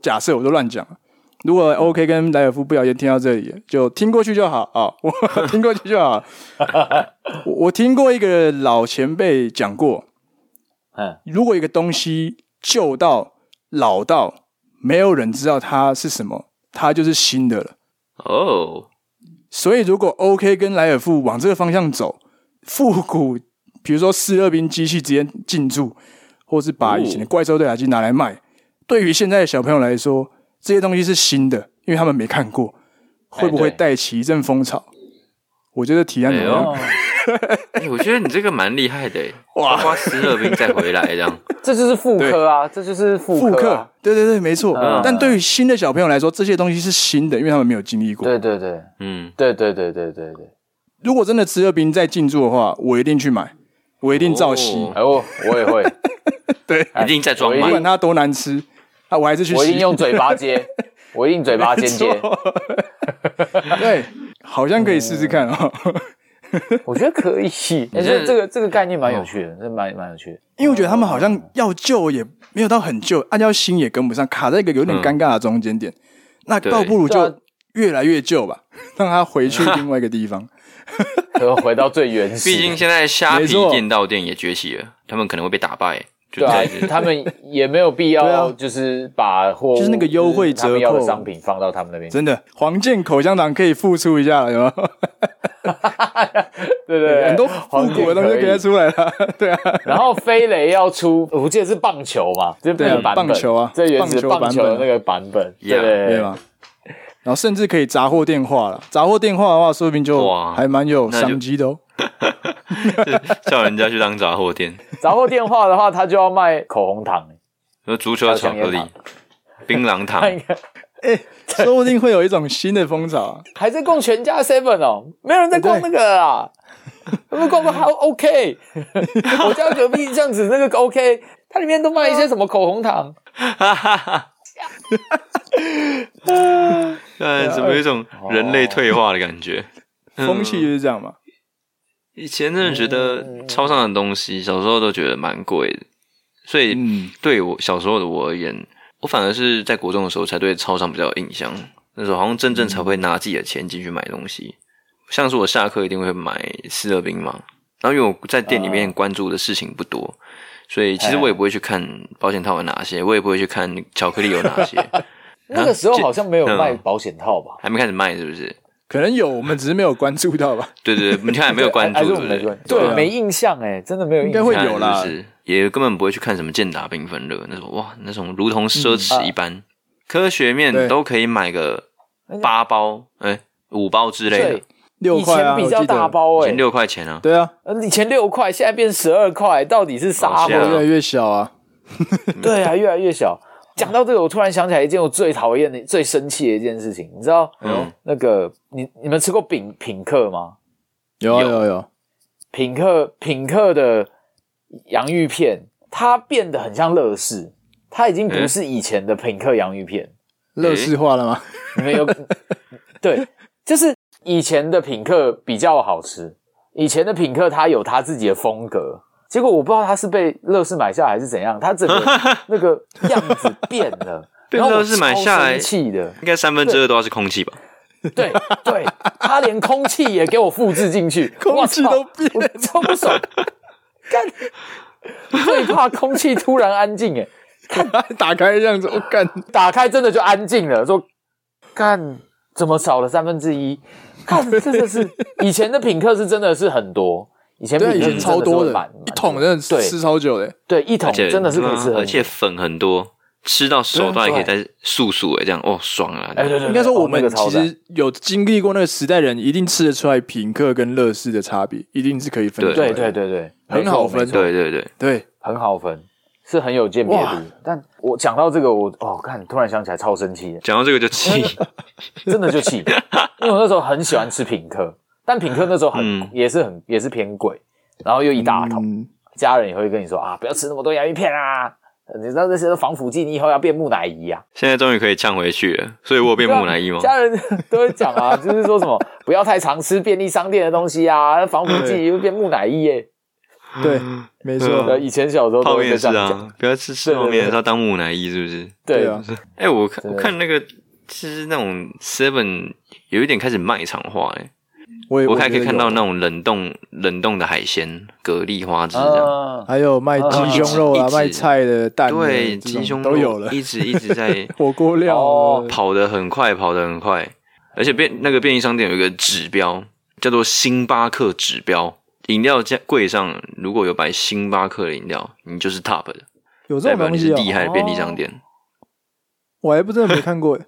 [SPEAKER 2] 假设我都乱讲了。如果 OK 跟莱尔夫不小心听到这里，就听过去就好啊、我 听过去就 好。我我听过一个老前辈讲过，
[SPEAKER 3] 哎
[SPEAKER 1] 嗯，
[SPEAKER 2] 如果一个东西旧到老到没有人知道它是什么，它就是新的了。
[SPEAKER 3] 哦，
[SPEAKER 2] 所以如果 OK 跟莱尔富往这个方向走，复古，比如说四二兵机器直接进驻，或是把以前的怪兽对讲机拿来卖，对于现在的小朋友来说，这些东西是新的，因为他们没看过，会不会
[SPEAKER 1] 哎对
[SPEAKER 2] 带起一阵风潮？我觉得提案怎么
[SPEAKER 3] 哎
[SPEAKER 2] 样
[SPEAKER 3] 呦？
[SPEAKER 1] 哦
[SPEAKER 3] 哎，我觉得你这个蛮厉害的哎，
[SPEAKER 2] 哇
[SPEAKER 3] 花斯乐兵再回来这样，
[SPEAKER 1] 这就是妇科啊，这就是
[SPEAKER 2] 复
[SPEAKER 1] 妇科
[SPEAKER 2] 刻
[SPEAKER 1] 啊，，
[SPEAKER 2] 对对对，没错。
[SPEAKER 1] 嗯
[SPEAKER 2] 但对于新的小朋友来说，这些东西是新的，因为他们没有经历过。
[SPEAKER 1] 对对对
[SPEAKER 3] 嗯，
[SPEAKER 1] 对对对对对对。
[SPEAKER 2] 如果真的吃二兵再进驻的话，我一定去买，我一定照吸。
[SPEAKER 3] 哦
[SPEAKER 1] 哎，我我也 会，
[SPEAKER 2] 对，
[SPEAKER 1] 哎
[SPEAKER 3] 一定在
[SPEAKER 1] 我
[SPEAKER 3] 装
[SPEAKER 2] 不
[SPEAKER 1] 一
[SPEAKER 2] 管
[SPEAKER 1] 定
[SPEAKER 3] 满，
[SPEAKER 2] 它多难吃，啊，我还是去
[SPEAKER 1] 我一
[SPEAKER 2] 吸
[SPEAKER 1] 定。用嘴巴接，我一定嘴巴尖接。
[SPEAKER 2] 对，好像可以试试看哦。
[SPEAKER 1] 我觉得可以，哎，
[SPEAKER 3] 这
[SPEAKER 1] 这这个这个概念
[SPEAKER 2] 哦
[SPEAKER 1] 蛮有趣的，这蛮蛮有趣的。
[SPEAKER 2] 因为我觉得他们好像要旧也没有到很旧，按照新也跟不上，卡在一个有点尴尬的中间
[SPEAKER 1] 嗯
[SPEAKER 2] 点。那
[SPEAKER 3] 对
[SPEAKER 2] 倒不如
[SPEAKER 1] 对啊
[SPEAKER 2] 就越来越旧吧， 让它回去另外一个 地方。
[SPEAKER 1] 可回到最原始。
[SPEAKER 3] 毕竟现在虾
[SPEAKER 2] 没
[SPEAKER 3] 皮
[SPEAKER 2] 错
[SPEAKER 3] 店到店也崛起了，他们可能会被打败。就
[SPEAKER 1] 对啊
[SPEAKER 3] 在这，
[SPEAKER 1] 他们也没有必
[SPEAKER 2] 对
[SPEAKER 1] 要，
[SPEAKER 2] 啊
[SPEAKER 1] 就是把货物
[SPEAKER 2] 就是那个优惠折
[SPEAKER 1] 就
[SPEAKER 2] 扣
[SPEAKER 1] 是他们要的商品放到他们那边。
[SPEAKER 2] 真的，黄健口香糖可以付出一下了，有吗？
[SPEAKER 1] 对对对，
[SPEAKER 2] 很多复
[SPEAKER 1] 黄金
[SPEAKER 2] 古的东西
[SPEAKER 1] 可
[SPEAKER 2] 都
[SPEAKER 1] 以
[SPEAKER 2] 给它出来了，对啊，
[SPEAKER 1] 然后飞雷要出，我记得是棒球嘛，就是那
[SPEAKER 2] 对啊
[SPEAKER 1] 个版本，
[SPEAKER 2] 棒球啊
[SPEAKER 1] 这原子
[SPEAKER 2] 棒球版
[SPEAKER 1] 棒
[SPEAKER 2] 本
[SPEAKER 1] 球的那个版本，对
[SPEAKER 3] Yeah，
[SPEAKER 1] 对
[SPEAKER 2] 对
[SPEAKER 1] 对
[SPEAKER 2] 吗？然后甚至可以杂货电话了，杂货电话的话，说不定就
[SPEAKER 3] 哇
[SPEAKER 2] 还蛮有
[SPEAKER 3] 那就
[SPEAKER 2] 商机 的哦。
[SPEAKER 3] 叫人家去当杂货店，
[SPEAKER 1] 然后电话的话，他就要卖口红糖，
[SPEAKER 3] 有足球巧克力
[SPEAKER 1] 还有香烟、
[SPEAKER 3] 槟榔糖
[SPEAKER 1] 他， 应该
[SPEAKER 2] 哎，说不定会有一种新的风潮啊。
[SPEAKER 1] 还在逛全家 Seven 哦，没有人在逛那个啊。他们逛过还 OK，我家隔壁这样子那个 OK，它里面都卖一些什么口红
[SPEAKER 2] 啊
[SPEAKER 1] 糖，
[SPEAKER 3] 哈哈哈。呃，怎么有一种人类退化的感 觉？
[SPEAKER 1] 嗯
[SPEAKER 2] 风气就是这样嘛。
[SPEAKER 3] 以前真的觉
[SPEAKER 2] 嗯
[SPEAKER 3] 得超商的东西，小时候都觉得蛮贵的，所以
[SPEAKER 2] 嗯，
[SPEAKER 3] 对我小时候的我而言，我反而是在国中的时候才对超商比较有印象。那时候好像真正才
[SPEAKER 1] 嗯
[SPEAKER 3] 会拿自己的钱进去买东西，像是我下课一定会买四乐冰嘛。然后因为我在店里面
[SPEAKER 1] 哦
[SPEAKER 3] 关注的事情不多，所以其
[SPEAKER 1] 哎
[SPEAKER 3] 实我也不会去看保险套有哪些，我也不会去看巧克力有哪 些。
[SPEAKER 1] 那个时候
[SPEAKER 3] 这
[SPEAKER 1] 好像没有
[SPEAKER 3] 嗯
[SPEAKER 1] 卖保险套吧？
[SPEAKER 3] 还没开始卖是不是？
[SPEAKER 2] 可能有，我们只是没有关注到 吧。
[SPEAKER 3] 对对对，你看还没有关
[SPEAKER 1] 还
[SPEAKER 3] 注，
[SPEAKER 1] 是
[SPEAKER 3] 对
[SPEAKER 1] 我
[SPEAKER 3] 不
[SPEAKER 1] 们
[SPEAKER 3] 对
[SPEAKER 1] 没？关注对，
[SPEAKER 2] 啊
[SPEAKER 1] 没印象哎，真的没有印
[SPEAKER 2] 应该
[SPEAKER 1] 象
[SPEAKER 2] 会。
[SPEAKER 3] 看
[SPEAKER 2] 有啦
[SPEAKER 3] 就是也根本不会去看什么健达缤纷乐那种，哇，那种如同奢侈一般。科学
[SPEAKER 2] 嗯
[SPEAKER 3] 面
[SPEAKER 2] 对
[SPEAKER 3] 都可以买个八包，哎、五包之类的
[SPEAKER 1] 对，，
[SPEAKER 2] 六
[SPEAKER 1] 以
[SPEAKER 2] 块
[SPEAKER 1] 前
[SPEAKER 2] 啊，
[SPEAKER 1] 比
[SPEAKER 2] 我
[SPEAKER 1] 较
[SPEAKER 2] 记
[SPEAKER 1] 大
[SPEAKER 2] 得。
[SPEAKER 1] 包
[SPEAKER 3] 以
[SPEAKER 1] 哎
[SPEAKER 3] 前，六块钱啊，
[SPEAKER 2] 对啊，
[SPEAKER 1] 呃以前六块，现在变十二块，到底是啥
[SPEAKER 3] 往下
[SPEAKER 1] 回
[SPEAKER 3] 对啊
[SPEAKER 2] 越来越小啊。
[SPEAKER 1] 对啊，越来越小。讲到这个，我突然想起来一件我最讨厌的、最生气的一件事情。你知道，
[SPEAKER 3] 嗯
[SPEAKER 1] 那个你你们吃过品品客吗？
[SPEAKER 2] 有啊
[SPEAKER 3] 有
[SPEAKER 2] 有有，
[SPEAKER 1] 品客品客的洋芋片，它变得很像乐事，它已经不
[SPEAKER 3] 嗯
[SPEAKER 1] 是以前的品客洋芋片。
[SPEAKER 2] 乐视化了吗？
[SPEAKER 1] 你们有 对，就是以前的品客比较好吃，以前的品客它有它自己的风格。结果我不知道它是被乐视买下来还是怎样，它整 个那个样子变了，
[SPEAKER 3] 被
[SPEAKER 1] 然后我
[SPEAKER 3] 乐视买
[SPEAKER 1] 超
[SPEAKER 3] 下来
[SPEAKER 1] 生气的，
[SPEAKER 3] 应该三分之二都要是空气吧？
[SPEAKER 1] 对对，它连空气也给我复制进去，
[SPEAKER 2] 空气
[SPEAKER 1] 我操
[SPEAKER 2] 都变
[SPEAKER 1] 我超不 爽，干，最怕空气突然安静哎，
[SPEAKER 2] 打开这样子，我 干，
[SPEAKER 1] 打开真的就安静了，说干怎么少了三分之一？看真的是以前的品客是真的是很多，以前品
[SPEAKER 2] 对
[SPEAKER 1] 客
[SPEAKER 2] 啊，以前超多
[SPEAKER 1] 的
[SPEAKER 2] 的
[SPEAKER 1] 蛮，
[SPEAKER 2] 一桶真的吃
[SPEAKER 1] 对
[SPEAKER 2] 超久的。
[SPEAKER 1] 对一桶
[SPEAKER 3] 而且啊
[SPEAKER 1] 真的是可以吃很多，
[SPEAKER 3] 而且粉很多，吃到手都还可以再速速哎，这样哦，爽啊！
[SPEAKER 1] 哎对对对，
[SPEAKER 2] 应该说，我
[SPEAKER 1] 哦那
[SPEAKER 2] 们
[SPEAKER 1] 个超
[SPEAKER 2] 其
[SPEAKER 1] 赞
[SPEAKER 2] 实有经历过那个时代，人一定吃得出来品客跟乐视的差别，一定是可以分出来
[SPEAKER 1] 对
[SPEAKER 2] 的。
[SPEAKER 1] 对对对，
[SPEAKER 2] 很好分
[SPEAKER 1] 没错没错
[SPEAKER 3] 对对对，
[SPEAKER 2] 对，
[SPEAKER 1] 很好分，是很有鉴别
[SPEAKER 2] 哇
[SPEAKER 1] 度。但我讲到这个，我哦看突然想起来超生气的，
[SPEAKER 3] 讲到这个就气，
[SPEAKER 1] 真的就气， 因为我那时候很喜欢吃品客，但品客那时候很、
[SPEAKER 3] 嗯
[SPEAKER 1] 也是很也是偏贵，然后又一大桶。
[SPEAKER 2] 嗯，
[SPEAKER 1] 家人也会跟你说啊，不要吃那么多洋芋片啊，呃你知道这些都防腐剂，你以后要变木乃伊啊。
[SPEAKER 3] 现在终于可以呛回去了，所以我有变木乃伊吗？
[SPEAKER 1] 家人都会讲 啊，就是说什么不要太常吃便利商店的东西啊，防腐剂
[SPEAKER 3] 嗯
[SPEAKER 1] 会变木乃伊耶、
[SPEAKER 2] 对，没
[SPEAKER 1] 呃，
[SPEAKER 2] 错，
[SPEAKER 1] 以前小时候都
[SPEAKER 3] 泡
[SPEAKER 1] 会
[SPEAKER 3] 面
[SPEAKER 1] 被
[SPEAKER 3] 也
[SPEAKER 1] 这
[SPEAKER 3] 是
[SPEAKER 1] 样讲，
[SPEAKER 3] 啊，不要吃吃
[SPEAKER 1] 对对
[SPEAKER 3] 泡面
[SPEAKER 1] 对
[SPEAKER 3] 是要当木乃伊，是不是？
[SPEAKER 1] 对
[SPEAKER 2] 啊，
[SPEAKER 3] 哎、我看
[SPEAKER 1] 真
[SPEAKER 3] 我
[SPEAKER 1] 的
[SPEAKER 3] 看那个，其实那种 Seven 有一点开始卖场化哎、
[SPEAKER 2] 我也
[SPEAKER 3] 我还可以看到那
[SPEAKER 2] 那，
[SPEAKER 3] 种冷冻冷冻的海鲜、蛤蜊、花枝这样，
[SPEAKER 1] 啊，
[SPEAKER 2] 还有卖鸡胸肉
[SPEAKER 3] 一
[SPEAKER 2] 啊，
[SPEAKER 3] 直
[SPEAKER 2] 卖菜的蛋的，
[SPEAKER 3] 对，
[SPEAKER 2] 这种
[SPEAKER 3] 鸡胸肉
[SPEAKER 2] 都有了，
[SPEAKER 3] 一直一直在
[SPEAKER 2] 火锅料
[SPEAKER 1] 哦
[SPEAKER 2] 啊
[SPEAKER 3] 跑得很快，跑得很快，而且便那个便利商店有一个指标叫做星巴克指标，饮料架柜上如果有摆星巴克的饮料，你就是 top 的，
[SPEAKER 2] 有这
[SPEAKER 3] 代
[SPEAKER 2] 种
[SPEAKER 3] 表
[SPEAKER 2] 东
[SPEAKER 3] 你是
[SPEAKER 2] 西啊，哦
[SPEAKER 3] 厉害的便利商店。
[SPEAKER 2] 我还不真的没看过耶，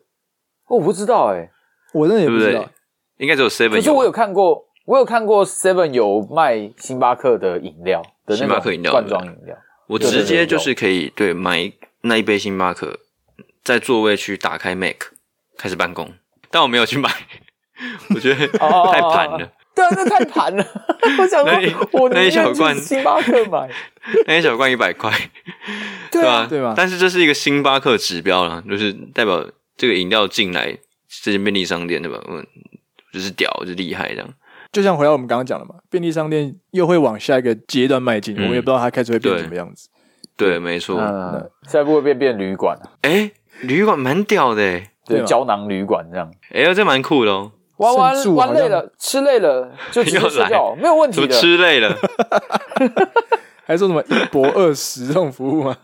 [SPEAKER 1] 我不知道哎、
[SPEAKER 2] 我真的也
[SPEAKER 3] 对不
[SPEAKER 2] 知
[SPEAKER 3] 对
[SPEAKER 2] 道。
[SPEAKER 3] 应该只有 Seven
[SPEAKER 1] 可是我有
[SPEAKER 3] 有吧，
[SPEAKER 1] 看过，我有看过 Seven 有卖星巴克的饮料的
[SPEAKER 3] 星
[SPEAKER 1] 那
[SPEAKER 3] 巴克饮
[SPEAKER 1] 种
[SPEAKER 3] 料
[SPEAKER 1] 罐装饮料，
[SPEAKER 3] 我
[SPEAKER 1] 对对
[SPEAKER 3] 直
[SPEAKER 1] 对有
[SPEAKER 3] 接就是可以对买那一杯星巴克，在座位区打开 Mac 开始办公，但我没有去买，我觉得
[SPEAKER 1] 哦哦哦
[SPEAKER 3] 太盘了。
[SPEAKER 1] 对啊，那太盘 了。我想
[SPEAKER 3] 那一
[SPEAKER 1] 说，我宁
[SPEAKER 3] 那一小
[SPEAKER 1] 愿
[SPEAKER 3] 罐
[SPEAKER 1] 去星巴克买。
[SPEAKER 3] 那一小罐一百块，
[SPEAKER 1] 对
[SPEAKER 3] 对吧、
[SPEAKER 1] 啊
[SPEAKER 2] 对吧
[SPEAKER 3] 但是这是一个星巴克指标啦，就是代表这个饮料进来这间便利商店，对吧？嗯，就是屌，就是厉害这样。
[SPEAKER 2] 就像回到我们刚刚讲的嘛，便利商店又会往下一个阶段迈进，我
[SPEAKER 3] 嗯
[SPEAKER 2] 们也不知道它开始会变
[SPEAKER 3] 对
[SPEAKER 2] 什么样子。
[SPEAKER 3] 对，没错。哎、
[SPEAKER 1] 嗯，下一步会变变旅馆，啊
[SPEAKER 3] 旅馆蛮屌的欸，
[SPEAKER 1] 对，
[SPEAKER 2] 对吧
[SPEAKER 1] 胶囊旅馆这样。
[SPEAKER 3] 哎、这蛮酷的哦。
[SPEAKER 1] 玩
[SPEAKER 2] 甚
[SPEAKER 1] 玩玩
[SPEAKER 2] 至好像
[SPEAKER 1] 累了，吃累了就直接睡觉，没有问
[SPEAKER 3] 怎
[SPEAKER 1] 题
[SPEAKER 3] 么
[SPEAKER 1] 的。
[SPEAKER 3] 吃累了？
[SPEAKER 2] 还说什么一博二十这种服务吗？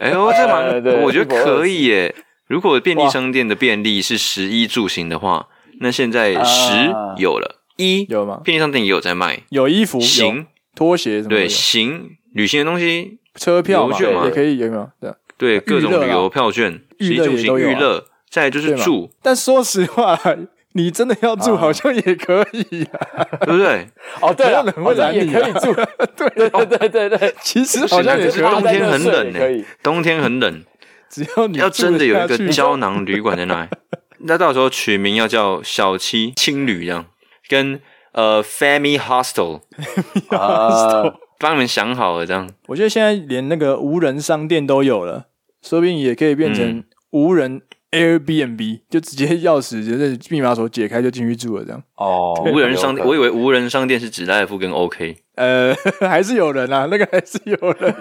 [SPEAKER 3] 哎呦，这
[SPEAKER 1] 呃
[SPEAKER 3] 蛮，
[SPEAKER 1] 对
[SPEAKER 3] 我觉得可以耶。如果便利
[SPEAKER 2] 哇
[SPEAKER 3] 商店的便利是十一住行的话，那现在十
[SPEAKER 1] 啊
[SPEAKER 3] 有了，一
[SPEAKER 2] 有吗？
[SPEAKER 3] 便利商店也有在卖
[SPEAKER 2] 有衣服、有
[SPEAKER 3] 行，
[SPEAKER 2] 拖鞋什么的
[SPEAKER 3] 对
[SPEAKER 2] 有，
[SPEAKER 3] 行，旅行的东西，
[SPEAKER 2] 车票嘛
[SPEAKER 3] 邮券嘛
[SPEAKER 2] 也可以有没有？对。啊
[SPEAKER 3] 对各种
[SPEAKER 2] 娱乐啦
[SPEAKER 3] 旅游票券、十
[SPEAKER 2] 娱
[SPEAKER 3] 一
[SPEAKER 2] 乐也
[SPEAKER 3] 住
[SPEAKER 2] 都
[SPEAKER 3] 行、
[SPEAKER 2] 有啊
[SPEAKER 3] 娱乐，再来就是
[SPEAKER 2] 对嘛
[SPEAKER 3] 住，
[SPEAKER 2] 但说实话， 你真的要
[SPEAKER 3] 啊
[SPEAKER 2] 住好像也可以啊。
[SPEAKER 3] 对不对？
[SPEAKER 1] 哦，对了，
[SPEAKER 2] 没有人
[SPEAKER 1] 好
[SPEAKER 2] 会
[SPEAKER 1] 像也
[SPEAKER 2] 拦你啊
[SPEAKER 1] 可以 住，对对对对对，
[SPEAKER 2] 其实好像也
[SPEAKER 3] 就是
[SPEAKER 2] 可
[SPEAKER 1] 大
[SPEAKER 2] 以啊
[SPEAKER 3] 冬
[SPEAKER 1] 家，
[SPEAKER 3] 天很冷
[SPEAKER 1] 可以
[SPEAKER 3] 呢，冬天很冷，
[SPEAKER 2] 只要 你
[SPEAKER 3] 要真的有一
[SPEAKER 2] 住得
[SPEAKER 3] 个
[SPEAKER 2] 下去
[SPEAKER 3] 胶囊旅馆在那里，那到时候取名要叫小七青旅这样，跟呃 Family Hostel，
[SPEAKER 1] 啊，
[SPEAKER 3] 帮你们想好了这样。
[SPEAKER 2] 我觉得现在连那个无人商店都有了，说不定也可以变成
[SPEAKER 3] 嗯
[SPEAKER 2] 无人 Airbnb，、就直接钥匙、就是密码锁解开就进去住了这样。
[SPEAKER 1] 哦，
[SPEAKER 3] 无人商店，
[SPEAKER 1] 有
[SPEAKER 3] 我
[SPEAKER 1] 可
[SPEAKER 3] 以为无人商店是指赖夫跟 OK
[SPEAKER 2] 呃， 还是有人啊，那个还是有人，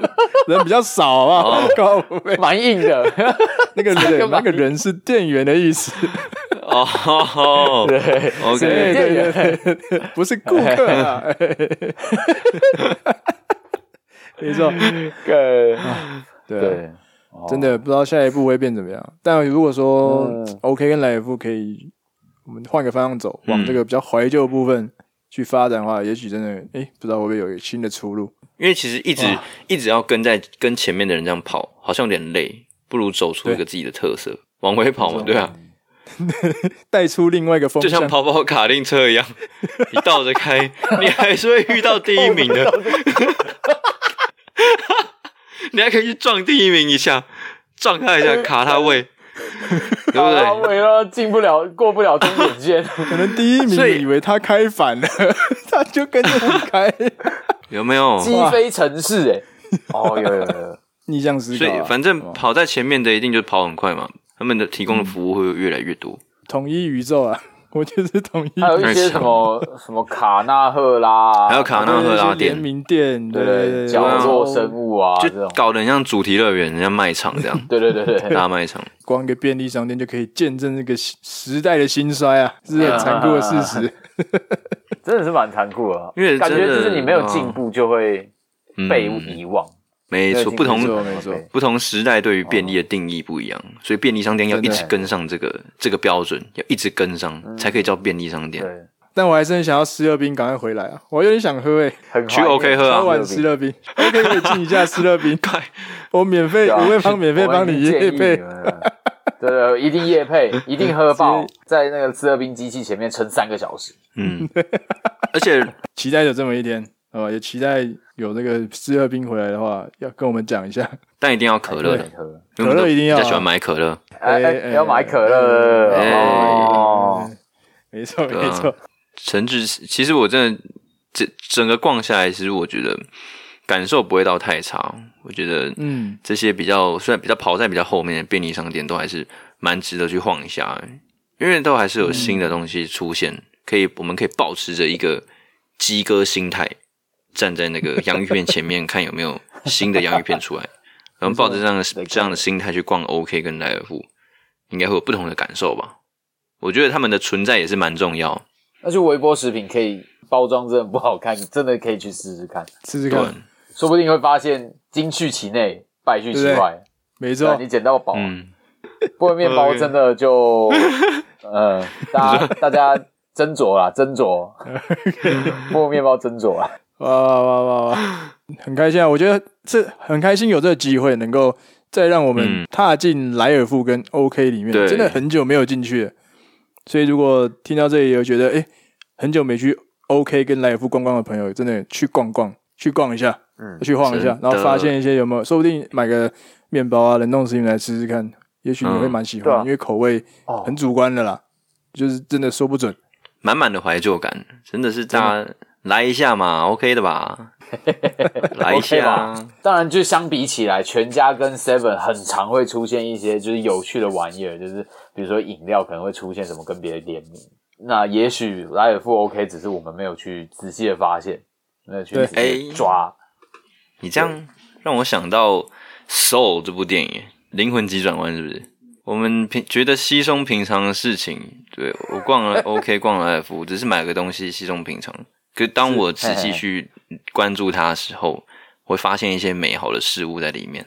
[SPEAKER 2] 人比较少啊
[SPEAKER 3] 哦，
[SPEAKER 2] 高位
[SPEAKER 1] 蛮硬的，
[SPEAKER 2] 那 个
[SPEAKER 1] 这个
[SPEAKER 2] 人，
[SPEAKER 1] 蛮
[SPEAKER 2] 那个人是店员的意思，
[SPEAKER 3] 哦
[SPEAKER 1] 对，
[SPEAKER 2] 对
[SPEAKER 3] ，OK，
[SPEAKER 2] 对对对对，不是顾客啊。 没错，
[SPEAKER 1] 对哦
[SPEAKER 2] 对啊
[SPEAKER 1] 对，
[SPEAKER 2] 真
[SPEAKER 3] 哦
[SPEAKER 2] 的不知道下一步会变怎么样。但如果说
[SPEAKER 1] 嗯
[SPEAKER 2] OK 跟来福可以，我们换个方向走，往这
[SPEAKER 3] 嗯
[SPEAKER 2] 个比较怀旧的部分去发展的话，也许真的，哎、不知道会不会有一个新的出路。
[SPEAKER 3] 因为其实一直一直要跟在跟前面的人这样跑，好像有点累，不如走出一个自己的特色，往回跑嘛，对啊，
[SPEAKER 2] 带出另外一个风
[SPEAKER 3] 就像
[SPEAKER 2] 向，
[SPEAKER 3] 跑跑卡丁车一 样，你倒着开，你还是会遇到第一名 的，你还可以去撞第一名一下，撞他一下，卡他 位，对不
[SPEAKER 1] 啊，
[SPEAKER 3] 对？
[SPEAKER 1] 为了进不了，过不了终点线，
[SPEAKER 2] 可能第一
[SPEAKER 3] 所以
[SPEAKER 2] 名以为他开反了， 他就跟着你开，
[SPEAKER 3] 有没有？
[SPEAKER 1] 击飞城市，哎，哦，有有有，
[SPEAKER 2] 逆向思
[SPEAKER 3] 所
[SPEAKER 2] 考、
[SPEAKER 3] 以
[SPEAKER 2] 啊。
[SPEAKER 3] 反正跑在前面的一定就跑很快嘛，他们的提供的服务会越来越多。
[SPEAKER 2] 统一宇宙啊，我就是统一宇
[SPEAKER 1] 还有
[SPEAKER 2] 宙。
[SPEAKER 1] 一些什么什么卡纳赫啦，
[SPEAKER 3] 还有卡纳赫
[SPEAKER 2] 对对对
[SPEAKER 3] 拉
[SPEAKER 2] 联
[SPEAKER 3] 店，
[SPEAKER 2] 名店，对
[SPEAKER 1] 对
[SPEAKER 2] 对
[SPEAKER 1] 对
[SPEAKER 2] 对，
[SPEAKER 1] 对，角落生
[SPEAKER 2] 物，
[SPEAKER 1] 物啊，这
[SPEAKER 3] 就
[SPEAKER 1] 种，，
[SPEAKER 3] 搞得很像主题乐园、人家卖场这样
[SPEAKER 1] 对对对对，
[SPEAKER 3] 大卖场。
[SPEAKER 2] 光一个便利商店就可以见证这个时时代的兴衰啊，这是很残酷的事实。
[SPEAKER 1] 真的是蛮残酷的啊，
[SPEAKER 3] 因为
[SPEAKER 1] 感觉
[SPEAKER 3] 真
[SPEAKER 1] 就
[SPEAKER 3] 的
[SPEAKER 1] 是你没有进步就会
[SPEAKER 3] 嗯，
[SPEAKER 1] 被遗忘，
[SPEAKER 3] 没
[SPEAKER 1] 没有
[SPEAKER 3] 错，
[SPEAKER 1] 进
[SPEAKER 3] 不
[SPEAKER 1] 步
[SPEAKER 3] 同
[SPEAKER 1] 就
[SPEAKER 2] 没
[SPEAKER 1] 会
[SPEAKER 2] 错没错
[SPEAKER 1] 被
[SPEAKER 3] 不同时代对于便利的定义不一样，所以便利商店要一
[SPEAKER 2] 真的
[SPEAKER 3] 直跟上这个这个标准，要一直跟上，才可以叫便利商店。
[SPEAKER 1] 对，
[SPEAKER 2] 但我还是很想要湿热冰，赶快回来啊！我有点想喝诶、欸，
[SPEAKER 1] 很
[SPEAKER 3] 去
[SPEAKER 1] 怀念
[SPEAKER 3] OK 喝啊
[SPEAKER 2] 喝完湿热冰，OK 可以进一下湿热冰，
[SPEAKER 3] 快，
[SPEAKER 2] 我免费
[SPEAKER 1] 对啊
[SPEAKER 2] 五位方免费帮你夜
[SPEAKER 1] 配
[SPEAKER 2] 配，，
[SPEAKER 1] 对对，一定夜配，一定喝爆，在那个自热冰机器前面撑三个小时。
[SPEAKER 3] 嗯，而且
[SPEAKER 2] 期待有这么一天，好吧？也期待有这个湿热冰回来的话，要跟我们讲一下。
[SPEAKER 3] 但一定要可乐，
[SPEAKER 1] 喝，
[SPEAKER 3] 因为我们
[SPEAKER 2] 可
[SPEAKER 3] 都
[SPEAKER 2] 乐一定要啊
[SPEAKER 3] 比较喜欢买可乐。
[SPEAKER 1] 哎
[SPEAKER 2] 哎
[SPEAKER 1] 哎，要买可乐
[SPEAKER 3] 哎
[SPEAKER 1] 哦，
[SPEAKER 2] 没错，
[SPEAKER 3] 对啊
[SPEAKER 2] 没错，
[SPEAKER 3] 甚至其实我真的整整个逛下来，其实我觉得感受不会到太差。我觉得，
[SPEAKER 2] 嗯，
[SPEAKER 3] 这些比较虽然比较跑在比较后面的便利商店，都还是蛮值得去晃一下，因为都还是有新的东西出现，可以我们可以保持着一个鸡哥心态，站在那个洋芋片前面看有没有新的洋芋片出来，然后抱着这 样的这样的心态去逛 OK 跟莱尔富，应该会有不同的感受吧。我觉得他们的存在也是蛮重要，
[SPEAKER 1] 而且微波食品可以包装真的不好看，真的可以去试试看，
[SPEAKER 2] 试试
[SPEAKER 3] 对，
[SPEAKER 2] 看，
[SPEAKER 1] 说不定会发现金去其内，败去其外，
[SPEAKER 2] 没
[SPEAKER 1] 对
[SPEAKER 2] 错
[SPEAKER 1] 你，捡到宝。
[SPEAKER 3] 嗯，
[SPEAKER 1] 不过面包真的就， 呃，大家大家斟酌啦，斟酌。 不过面包斟酌啦，
[SPEAKER 2] 哇哇哇哇，很开心啊！我觉得这很开心有这个机会，能够再让我们
[SPEAKER 3] 嗯
[SPEAKER 2] 踏进莱尔富跟 OK 里面，
[SPEAKER 3] 对
[SPEAKER 2] 真的很久没有进去了。所以如果听到这里有觉得哎、诶很久没去 OK 跟莱尔富逛逛的朋友，真的去逛逛，去逛一下，
[SPEAKER 1] 嗯
[SPEAKER 2] 去晃一下
[SPEAKER 3] 真，的
[SPEAKER 2] 然后发现一些有没有，说不定买个面包啊、冷冻食品来吃吃看，也许你会蛮
[SPEAKER 1] 嗯
[SPEAKER 2] 喜
[SPEAKER 1] 对
[SPEAKER 2] 欢，
[SPEAKER 1] 啊
[SPEAKER 2] 因为口味
[SPEAKER 1] 哦
[SPEAKER 2] 很主观的啦，就是真的说不准。
[SPEAKER 3] 满满的怀旧感，真的是大家来一下嘛，OK 的 吧？来一
[SPEAKER 1] OK
[SPEAKER 3] 下
[SPEAKER 1] 吧
[SPEAKER 3] 啊。
[SPEAKER 1] 当然，就相比起来，全家跟 Seven 很常会出现一些就是有趣的玩意儿，就是比如说饮料可能会出现什么跟别的联名。那也许莱尔富 OK，只是我们没有去仔细的发现，没有去
[SPEAKER 2] 对
[SPEAKER 1] 仔细地抓。
[SPEAKER 3] 你这样让我想到《Soul》这部电影，《灵魂急转弯》是不是？我们平觉得稀松平常的事情，对我逛 了 OK 逛了 F，只是买个东西稀松平常。可当我仔细去关注它的时候，会发现一些美好的事物在里面。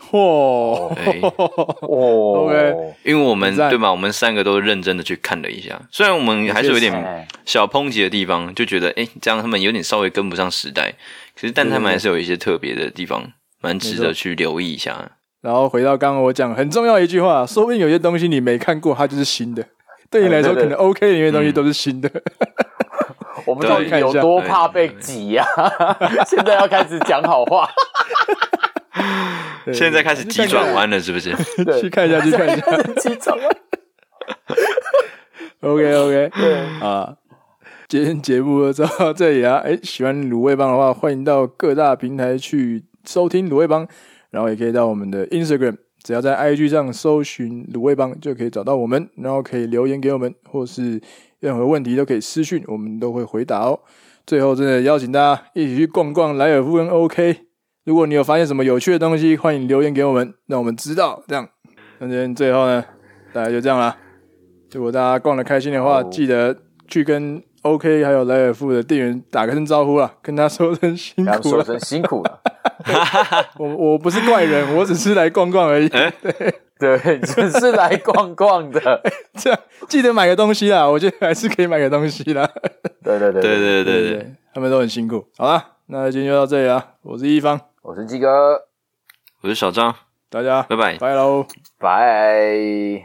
[SPEAKER 2] 嚯
[SPEAKER 3] 对，哎
[SPEAKER 1] 哦
[SPEAKER 2] OK
[SPEAKER 3] 因为我们
[SPEAKER 2] 很赞
[SPEAKER 3] 对吧？我们三个都认真的去看了一下，虽然我们还是有
[SPEAKER 1] 很
[SPEAKER 2] 哎
[SPEAKER 3] 点
[SPEAKER 1] 赞
[SPEAKER 3] 小抨击的地方，就觉得哎、诶这样他们有点稍微跟不上时代。可是，但他们还是有一些特别的地方，蛮值
[SPEAKER 2] 没
[SPEAKER 3] 得
[SPEAKER 2] 错
[SPEAKER 3] 去留意一下。
[SPEAKER 2] 然后回到刚刚我讲很重要一句话，说不定有些东西你没看过，它就是新的。对你来说，
[SPEAKER 1] 对
[SPEAKER 2] 可
[SPEAKER 1] 哎对嗯
[SPEAKER 2] 能 OK 里面的东西都是新的。
[SPEAKER 1] 我们到底
[SPEAKER 3] 对
[SPEAKER 1] 有多怕被挤呀、 现在要开始讲好 话，
[SPEAKER 2] 对
[SPEAKER 3] 现在开始急转弯了，是不是？
[SPEAKER 1] 对
[SPEAKER 2] 去看一下，去看 一下。
[SPEAKER 1] 挤转弯。
[SPEAKER 2] OK OK，啊，今天节目就到这里啊。哎，喜欢卤味帮的话，欢迎到各大平台去收听卤味帮，然后也可以到我们的 Instagram，只要在 IG 上搜寻卤味帮就可以找到我们，然后可以留言给我们，或是任何问题都可以私讯，我们都会回答哦。最后，真的邀请大家一起去逛逛莱尔夫跟 OK。如果你有发现什么有趣的东西，欢迎留言给我们，让我们知道。这样，那今天最后呢，大家就这样啦。如果大家逛的开心的话，
[SPEAKER 1] 哦
[SPEAKER 2] 记得去跟 OK 还有莱尔富的店员打个声招呼啦，跟他说声辛
[SPEAKER 1] 然后
[SPEAKER 2] 苦
[SPEAKER 1] 说
[SPEAKER 2] 了。
[SPEAKER 1] 声辛苦了，
[SPEAKER 2] 我我不是怪人，我只是来逛逛而 已。
[SPEAKER 1] 对，只是来逛逛的。
[SPEAKER 2] 这样记得买个东西啦，我觉得还是可以买个东西啦。
[SPEAKER 1] 对对对
[SPEAKER 3] 对对对对，
[SPEAKER 2] 对，他们都很辛苦。好啦，那今天就到这里啦。我是一方，
[SPEAKER 1] 我是鸡哥，
[SPEAKER 3] 我是小张，
[SPEAKER 2] 大家
[SPEAKER 3] 拜拜。
[SPEAKER 2] 拜喽。
[SPEAKER 1] 拜。